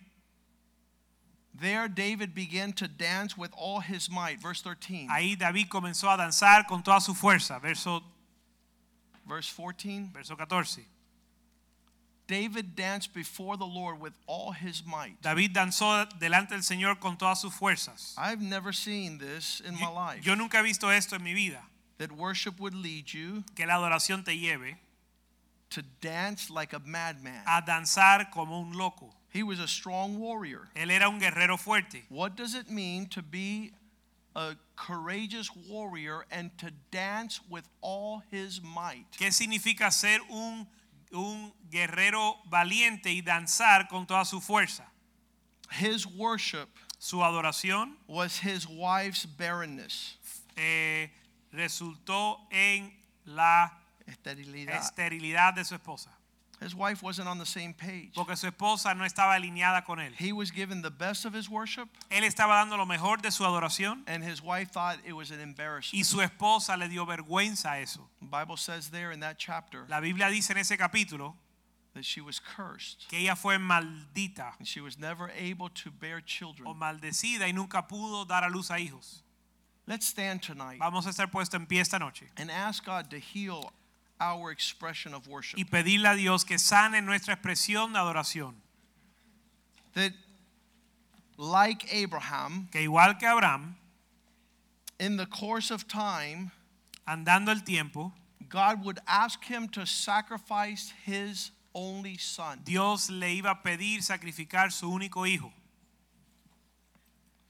[SPEAKER 1] there David began to dance with all his might. Verse 13.
[SPEAKER 2] Ahí David comenzó a danzar con toda su fuerza. Verso,
[SPEAKER 1] Verse 14.
[SPEAKER 2] verso 14.
[SPEAKER 1] David danced before the Lord with all his might.
[SPEAKER 2] David danzó delante del Señor con todas sus fuerzas.
[SPEAKER 1] I've never seen this in my
[SPEAKER 2] Yo,
[SPEAKER 1] life.
[SPEAKER 2] yo nunca he visto esto en mi vida,
[SPEAKER 1] That worship would lead you
[SPEAKER 2] que la adoración te lleve
[SPEAKER 1] to dance like a madman.
[SPEAKER 2] a danzar como un loco.
[SPEAKER 1] He was a strong warrior.
[SPEAKER 2] Él era un guerrero fuerte.
[SPEAKER 1] What does it mean to be a courageous warrior and to dance with all his might?
[SPEAKER 2] ¿Qué significa ser un, un guerrero valiente y danzar con toda su fuerza?
[SPEAKER 1] His worship
[SPEAKER 2] Su adoración
[SPEAKER 1] was his wife's barrenness,
[SPEAKER 2] eh, resultó en la
[SPEAKER 1] esterilidad.
[SPEAKER 2] esterilidad de su esposa,
[SPEAKER 1] His wife wasn't on the same page.
[SPEAKER 2] porque su esposa no estaba alineada con él.
[SPEAKER 1] He was given the best of his worship,
[SPEAKER 2] Él estaba dando lo mejor de su adoración
[SPEAKER 1] and his wife thought it was an embarrassment.
[SPEAKER 2] y su esposa le dio vergüenza a eso.
[SPEAKER 1] The Bible says there in that chapter
[SPEAKER 2] La Biblia dice en ese capítulo
[SPEAKER 1] that she was cursed,
[SPEAKER 2] que ella fue maldita
[SPEAKER 1] and she was never able to bear
[SPEAKER 2] o
[SPEAKER 1] children.
[SPEAKER 2] maldecida y nunca pudo dar a luz a hijos.
[SPEAKER 1] Let's stand tonight
[SPEAKER 2] Vamos a estar puesto en pie esta noche
[SPEAKER 1] and ask God to heal our expression of worship.
[SPEAKER 2] y pedirle a Dios que sane nuestra expresión de adoración.
[SPEAKER 1] that like Abraham,
[SPEAKER 2] Que igual que Abraham,
[SPEAKER 1] in the course of time,
[SPEAKER 2] andando el tiempo,
[SPEAKER 1] God would ask him to sacrifice his only son.
[SPEAKER 2] Dios le iba a pedir sacrificar su único hijo.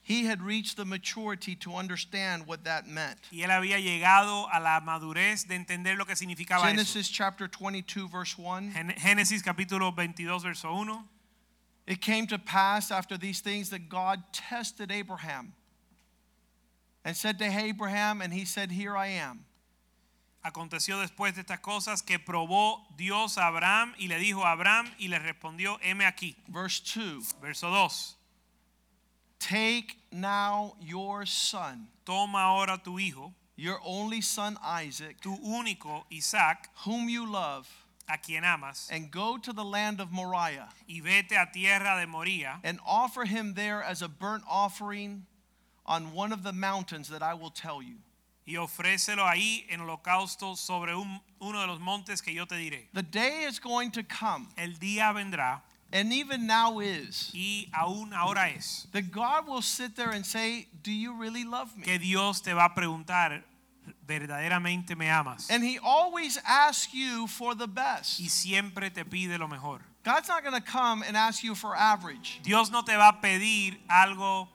[SPEAKER 1] He had reached the maturity to understand what that meant.
[SPEAKER 2] Y él había llegado a la madurez de entender lo que significaba eso.
[SPEAKER 1] Genesis chapter 22, verse 1.
[SPEAKER 2] Gen- Génesis capítulo 22, verso 1.
[SPEAKER 1] It came to pass after these things that God tested Abraham and said to Abraham, and he said, Here I am.
[SPEAKER 2] Aconteció después de estas cosas que probó Dios a Abraham y le dijo a Abraham y le respondió, heme aquí.
[SPEAKER 1] Verse 2
[SPEAKER 2] Verso 2.
[SPEAKER 1] Take now your son,
[SPEAKER 2] Toma ahora tu hijo,
[SPEAKER 1] your only son Isaac,
[SPEAKER 2] tu único Isaac,
[SPEAKER 1] whom you love.
[SPEAKER 2] a quien amas,
[SPEAKER 1] and go to the land of Moriah
[SPEAKER 2] y vete a tierra de Moría
[SPEAKER 1] and offer him there as a burnt offering on one of the mountains that I will tell you.
[SPEAKER 2] y ofrécelo ahí en holocausto sobre un- uno de los montes que yo te diré.
[SPEAKER 1] The day is going to come,
[SPEAKER 2] El día vendrá,
[SPEAKER 1] and even now is,
[SPEAKER 2] y aún ahora es,
[SPEAKER 1] that God will sit there and say, Do you really love me?
[SPEAKER 2] que Dios te va a preguntar, ¿verdaderamente me amas?
[SPEAKER 1] And he always asks you for the
[SPEAKER 2] Y
[SPEAKER 1] best.
[SPEAKER 2] siempre te pide lo mejor.
[SPEAKER 1] God's not going to come and ask you for average.
[SPEAKER 2] Dios no te va a pedir algo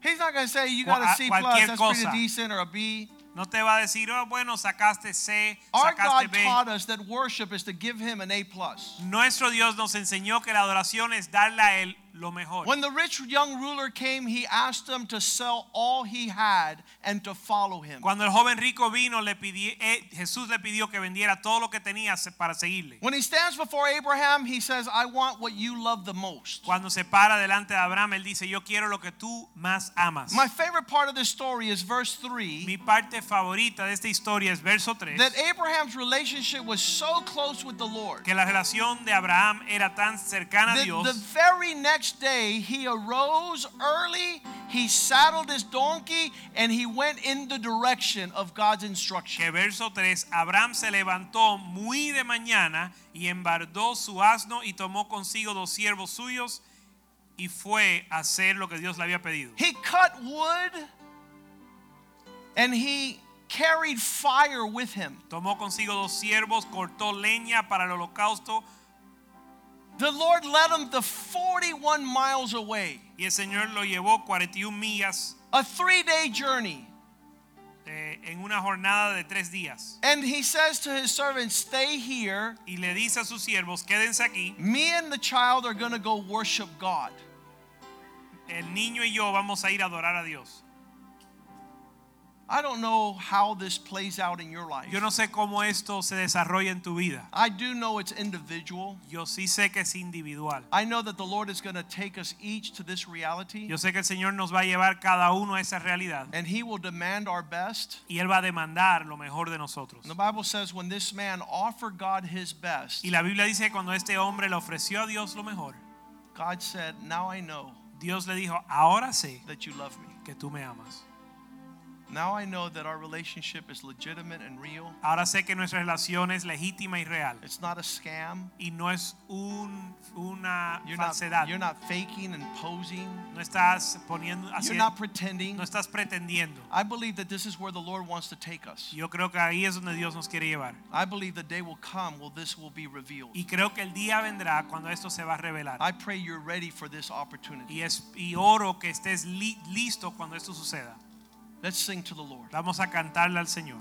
[SPEAKER 1] He's not going to say you
[SPEAKER 2] Cual-
[SPEAKER 1] got a C plus,
[SPEAKER 2] cualquier
[SPEAKER 1] that's
[SPEAKER 2] cosa.
[SPEAKER 1] pretty decent, or a B.
[SPEAKER 2] No te va a decir, oh, bueno, sacaste C, sacaste
[SPEAKER 1] Our Oh, God taught
[SPEAKER 2] B.
[SPEAKER 1] us that worship is to give him an A plus.
[SPEAKER 2] Nuestro Dios nos enseñó que la adoración es darle a Él lo mejor.
[SPEAKER 1] When the rich young ruler came, he asked them to sell all he had and to follow him.
[SPEAKER 2] Cuando el joven rico vino, le pidi- eh, Jesús le pidió que vendiera todo lo que tenía se- para seguirle.
[SPEAKER 1] When he stands before Abraham, he says, I want what you love the most.
[SPEAKER 2] Cuando se para delante de Abraham, él dice, yo quiero lo que tú más amas.
[SPEAKER 1] My favorite part of this story is verse 3
[SPEAKER 2] Mi parte favorita de esta historia es verso 3,
[SPEAKER 1] that Abraham's relationship was so close with the Lord
[SPEAKER 2] que la relación de Abraham era tan cercana a
[SPEAKER 1] that the
[SPEAKER 2] Dios
[SPEAKER 1] very next day he arose early, he saddled his donkey, and he went in the direction of God's instruction.
[SPEAKER 2] que verso 3, Abraham se levantó muy de mañana y embardó su asno y tomó consigo dos siervos suyos y fue a hacer lo que Dios le había pedido.
[SPEAKER 1] He cut wood and he carried fire with him.
[SPEAKER 2] Tomó consigo dos siervos, cortó leña para el holocausto
[SPEAKER 1] The Lord led him the 41 miles away,
[SPEAKER 2] y el Señor lo llevó 41 millas
[SPEAKER 1] a three day journey.
[SPEAKER 2] eh, en una jornada de tres días.
[SPEAKER 1] And he says to his servants, Stay here.
[SPEAKER 2] Y le dice a sus siervos, quédense aquí,
[SPEAKER 1] Me and the child are going to go worship God.
[SPEAKER 2] el niño y yo vamos a ir a adorar a Dios.
[SPEAKER 1] I don't know how this plays out in your life.
[SPEAKER 2] Yo no sé cómo esto se desarrolla en tu vida.
[SPEAKER 1] I do know it's individual.
[SPEAKER 2] Yo sí sé que es individual.
[SPEAKER 1] I know that the Lord is going to take us each to this reality,
[SPEAKER 2] Yo sé que el Señor nos va a llevar cada uno a esa realidad
[SPEAKER 1] and He will demand our best.
[SPEAKER 2] y Él va a demandar lo mejor de nosotros.
[SPEAKER 1] And the Bible says, when this man offered God his best,
[SPEAKER 2] Y la Biblia dice que cuando este hombre le ofreció a Dios lo mejor,
[SPEAKER 1] God said, Now I know
[SPEAKER 2] Dios le dijo, ahora sé
[SPEAKER 1] that you love me.
[SPEAKER 2] que tú me amas.
[SPEAKER 1] Now I know that our relationship is legitimate and real.
[SPEAKER 2] Ahora sé que nuestra relación es legítima y real
[SPEAKER 1] It's not a scam.
[SPEAKER 2] y no es un, una
[SPEAKER 1] You're not,
[SPEAKER 2] falsedad.
[SPEAKER 1] you're not faking and posing.
[SPEAKER 2] No estás poniendo,
[SPEAKER 1] You're
[SPEAKER 2] haciendo,
[SPEAKER 1] not pretending.
[SPEAKER 2] no estás pretendiendo.
[SPEAKER 1] I believe that this is where the Lord wants to take us.
[SPEAKER 2] Yo creo que ahí es donde Dios nos quiere llevar.
[SPEAKER 1] I believe the day will come will this will be revealed.
[SPEAKER 2] Y creo que el día vendrá cuando esto se va a revelar.
[SPEAKER 1] I pray you're ready for this opportunity.
[SPEAKER 2] Y, es, y oro que estés li- listo cuando esto suceda.
[SPEAKER 1] Let's sing to the Lord.
[SPEAKER 2] Vamos a cantarle al Señor.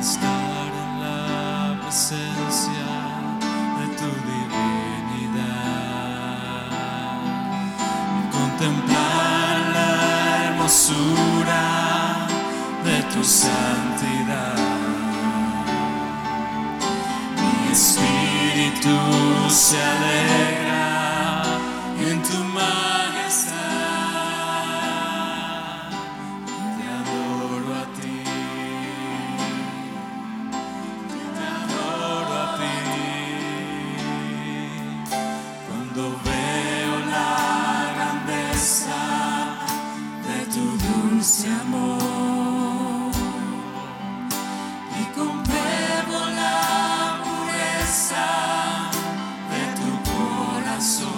[SPEAKER 3] estar en la presencia de tu divinidad, contemplar la hermosura de tu santidad. Mi espíritu se alegra en tu majestad. Te adoro a ti, te adoro a ti. Cuando veo la grandeza de tu dulce amor y compruebo la pureza de tu corazón.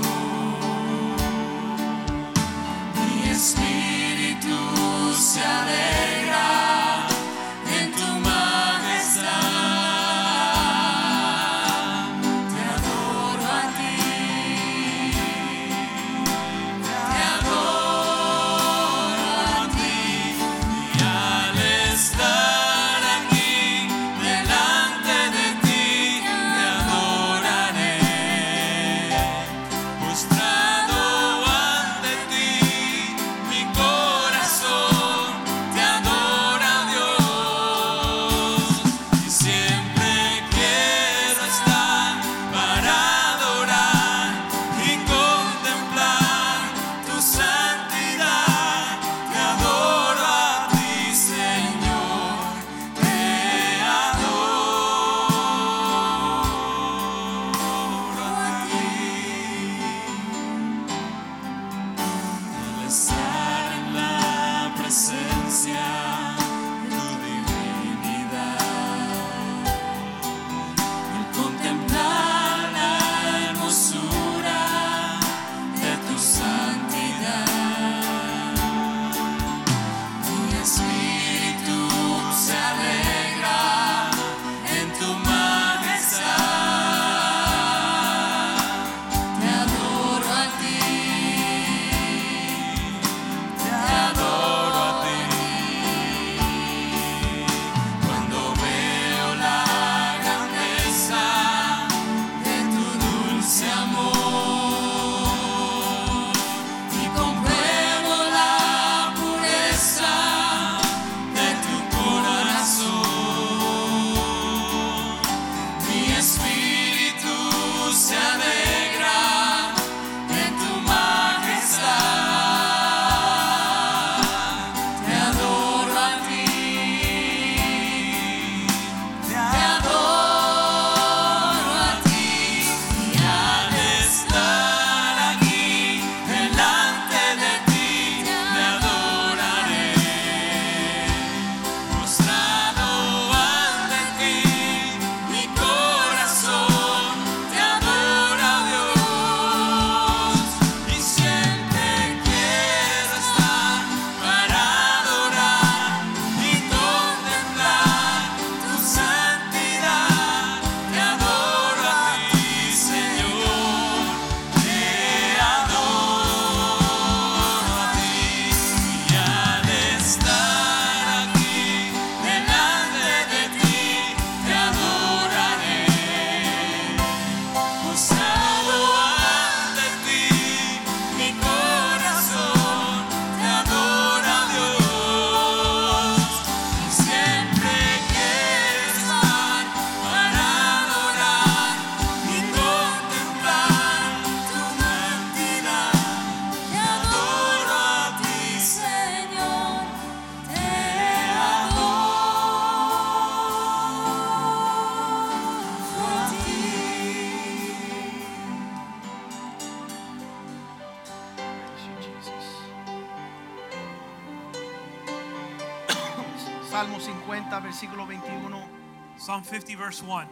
[SPEAKER 1] Salmo 50, versículo 21.
[SPEAKER 2] Psalm 50, verse 1.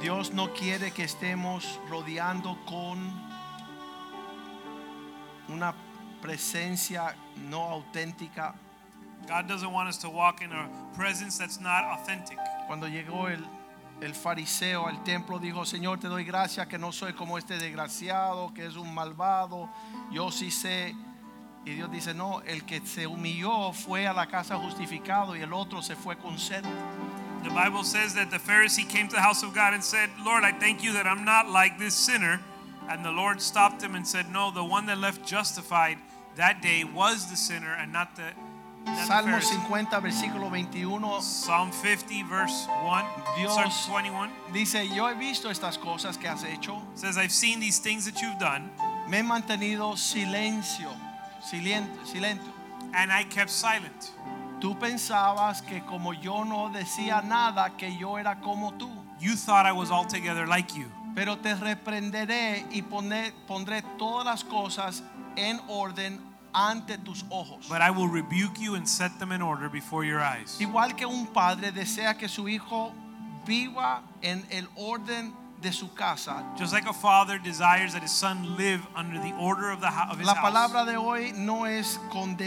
[SPEAKER 1] Dios no quiere que estemos rodeando con una presencia no auténtica.
[SPEAKER 2] God doesn't want us to walk in a presence that's not authentic.
[SPEAKER 1] Cuando llegó el, el fariseo al templo, dijo, Señor, te doy gracias que no soy como este desgraciado, que es un malvado. Yo sí sé. Y Dios dice, no, el que se humilló fue a la casa justificado y el otro se fue con sed.
[SPEAKER 2] The Bible says that the Pharisee came to the house of God and said, Lord, I thank you that I'm not like this sinner. And the Lord stopped him and said, No, the one that left justified that day was the sinner and not the, not the
[SPEAKER 1] Salmo
[SPEAKER 2] Pharisee.
[SPEAKER 1] 50, versículo 21.
[SPEAKER 2] Psalm 50, verse 1,
[SPEAKER 1] Dios-
[SPEAKER 2] verse 21
[SPEAKER 1] Dice, yo he visto estas cosas que has hecho.
[SPEAKER 2] says, I've seen these things that you've done,
[SPEAKER 1] Me he mantenido silencio, silien- silento.
[SPEAKER 2] and I kept silent.
[SPEAKER 1] Tú pensabas que como yo no decía nada, que yo era como tú.
[SPEAKER 2] You thought I was altogether like you.
[SPEAKER 1] Pero te reprenderé y pone- pondré todas las cosas en orden ante tus ojos.
[SPEAKER 2] But I will rebuke you and set them in order before your eyes.
[SPEAKER 1] Igual que un padre desea que su hijo viva en el orden de su casa.
[SPEAKER 2] Just like a father desires that his son live under the order of the hou- of his
[SPEAKER 1] La
[SPEAKER 2] house.
[SPEAKER 1] palabra de hoy no es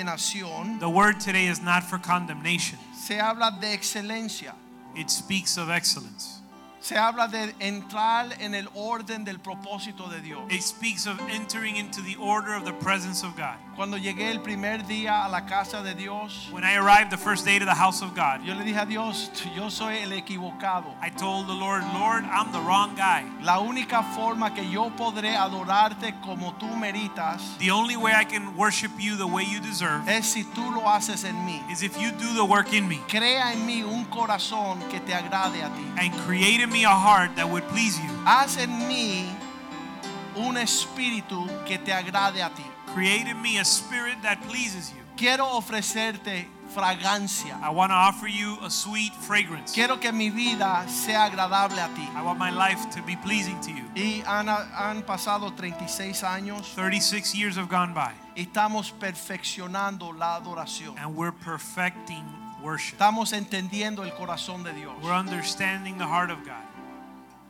[SPEAKER 1] condenación,
[SPEAKER 2] The word today is not for condemnation.
[SPEAKER 1] se habla de excelencia.
[SPEAKER 2] It speaks of excellence.
[SPEAKER 1] Se habla de entrar en el orden del propósito de Dios.
[SPEAKER 2] It speaks of entering into the order of the presence of God.
[SPEAKER 1] Cuando llegué el primer día a la casa de Dios,
[SPEAKER 2] When I arrived the first day to the house of God,
[SPEAKER 1] yo le dije a Dios, yo soy el equivocado.
[SPEAKER 2] I told the Lord, Lord, I'm the wrong guy.
[SPEAKER 1] La única forma que yo podré adorarte como tú meritas
[SPEAKER 2] The only way I can worship you the way you deserve
[SPEAKER 1] es si tú lo haces en mí.
[SPEAKER 2] is if you do the work in me
[SPEAKER 1] Crea en mí un corazón que te agrade a ti.
[SPEAKER 2] and create in me a heart that would please you.
[SPEAKER 1] Haz en mí un espíritu que te agrade a ti.
[SPEAKER 2] Create in me a spirit that pleases you.
[SPEAKER 1] Quiero ofrecerte fragancia.
[SPEAKER 2] I want to offer you a sweet fragrance.
[SPEAKER 1] Quiero que mi vida sea agradable a ti.
[SPEAKER 2] I want my life to be pleasing to you.
[SPEAKER 1] Y han, han pasado 36 años
[SPEAKER 2] 36 years have gone by
[SPEAKER 1] y estamos perfeccionando la adoración.
[SPEAKER 2] and we're perfecting worship.
[SPEAKER 1] Estamos entendiendo el corazón de Dios.
[SPEAKER 2] We're understanding the heart of God.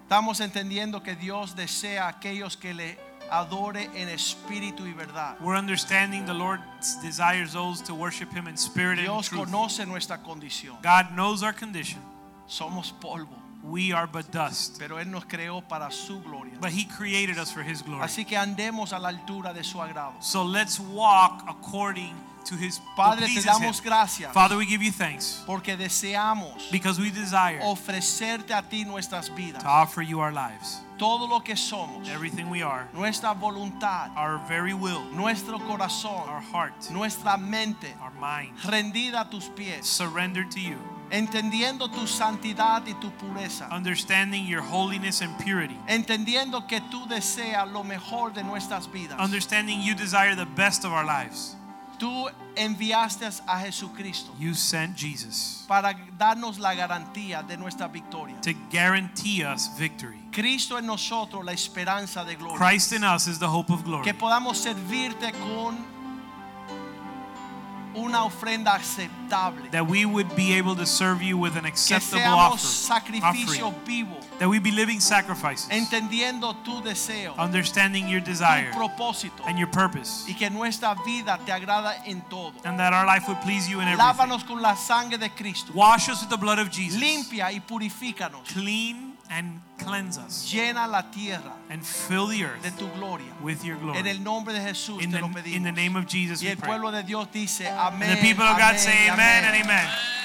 [SPEAKER 1] Estamos entendiendo que Dios desea a aquellos que le adore en espíritu y verdad.
[SPEAKER 2] We're understanding the Lord desires those to worship Him in spirit and in
[SPEAKER 1] Dios
[SPEAKER 2] truth.
[SPEAKER 1] conoce nuestra condición.
[SPEAKER 2] God knows our condition.
[SPEAKER 1] Somos polvo,
[SPEAKER 2] We are but dust,
[SPEAKER 1] pero Él nos creó para su gloria.
[SPEAKER 2] but He created us for His glory.
[SPEAKER 1] Así que andemos a la altura de su agrado.
[SPEAKER 2] So let's walk according to His what
[SPEAKER 1] Padre, te
[SPEAKER 2] pleases
[SPEAKER 1] damos
[SPEAKER 2] Him.
[SPEAKER 1] gracias
[SPEAKER 2] Father, we give you thanks
[SPEAKER 1] porque deseamos
[SPEAKER 2] because we desire
[SPEAKER 1] Oh,
[SPEAKER 2] to
[SPEAKER 1] ofrecerte a ti nuestras vidas,
[SPEAKER 2] offer you our lives,
[SPEAKER 1] todo lo que somos,
[SPEAKER 2] everything we are,
[SPEAKER 1] nuestra voluntad,
[SPEAKER 2] our very will,
[SPEAKER 1] nuestro
[SPEAKER 2] our
[SPEAKER 1] corazón,
[SPEAKER 2] heart,
[SPEAKER 1] nuestra mente
[SPEAKER 2] our mind,
[SPEAKER 1] rendida a tus pies,
[SPEAKER 2] surrendered to you,
[SPEAKER 1] entendiendo tu santidad y tu pureza,
[SPEAKER 2] understanding your holiness and purity,
[SPEAKER 1] entendiendo que tú deseas lo mejor de nuestras vidas.
[SPEAKER 2] understanding you desire the best of our lives.
[SPEAKER 1] Tú enviaste a Jesucristo
[SPEAKER 2] You sent Jesus
[SPEAKER 1] para darnos la garantía de nuestra victoria.
[SPEAKER 2] to guarantee us victory.
[SPEAKER 1] Cristo en nosotros la esperanza de gloria.
[SPEAKER 2] Christ in us is the hope of glory.
[SPEAKER 1] Que podamos servirte con una ofrenda aceptable.
[SPEAKER 2] That we would be able to serve you with an
[SPEAKER 1] Que
[SPEAKER 2] acceptable
[SPEAKER 1] seamos
[SPEAKER 2] offer,
[SPEAKER 1] sacrificio
[SPEAKER 2] offering.
[SPEAKER 1] vivo.
[SPEAKER 2] That we be living sacrifices,
[SPEAKER 1] entendiendo tu deseo,
[SPEAKER 2] understanding your
[SPEAKER 1] tu
[SPEAKER 2] desire
[SPEAKER 1] propósito
[SPEAKER 2] and your purpose,
[SPEAKER 1] y que nuestra vida te agrada en todo.
[SPEAKER 2] and that our life would please you in everything.
[SPEAKER 1] Lávanos con la sangre de Cristo.
[SPEAKER 2] Wash us with the blood of Jesus.
[SPEAKER 1] Limpia y purifícanos.
[SPEAKER 2] Clean and cleanse us,
[SPEAKER 1] Llena la tierra
[SPEAKER 2] and fill the
[SPEAKER 1] de
[SPEAKER 2] earth
[SPEAKER 1] tu gloria.
[SPEAKER 2] with your glory.
[SPEAKER 1] En el nombre de Jesús
[SPEAKER 2] In
[SPEAKER 1] te
[SPEAKER 2] the,
[SPEAKER 1] lo
[SPEAKER 2] in the
[SPEAKER 1] pedimos.
[SPEAKER 2] name of Jesus,
[SPEAKER 1] Y
[SPEAKER 2] we
[SPEAKER 1] el
[SPEAKER 2] pray.
[SPEAKER 1] pueblo de Dios dice
[SPEAKER 2] And
[SPEAKER 1] amén.
[SPEAKER 2] the people of God
[SPEAKER 1] amén,
[SPEAKER 2] say,
[SPEAKER 1] y
[SPEAKER 2] Amen
[SPEAKER 1] amén.
[SPEAKER 2] and Amen.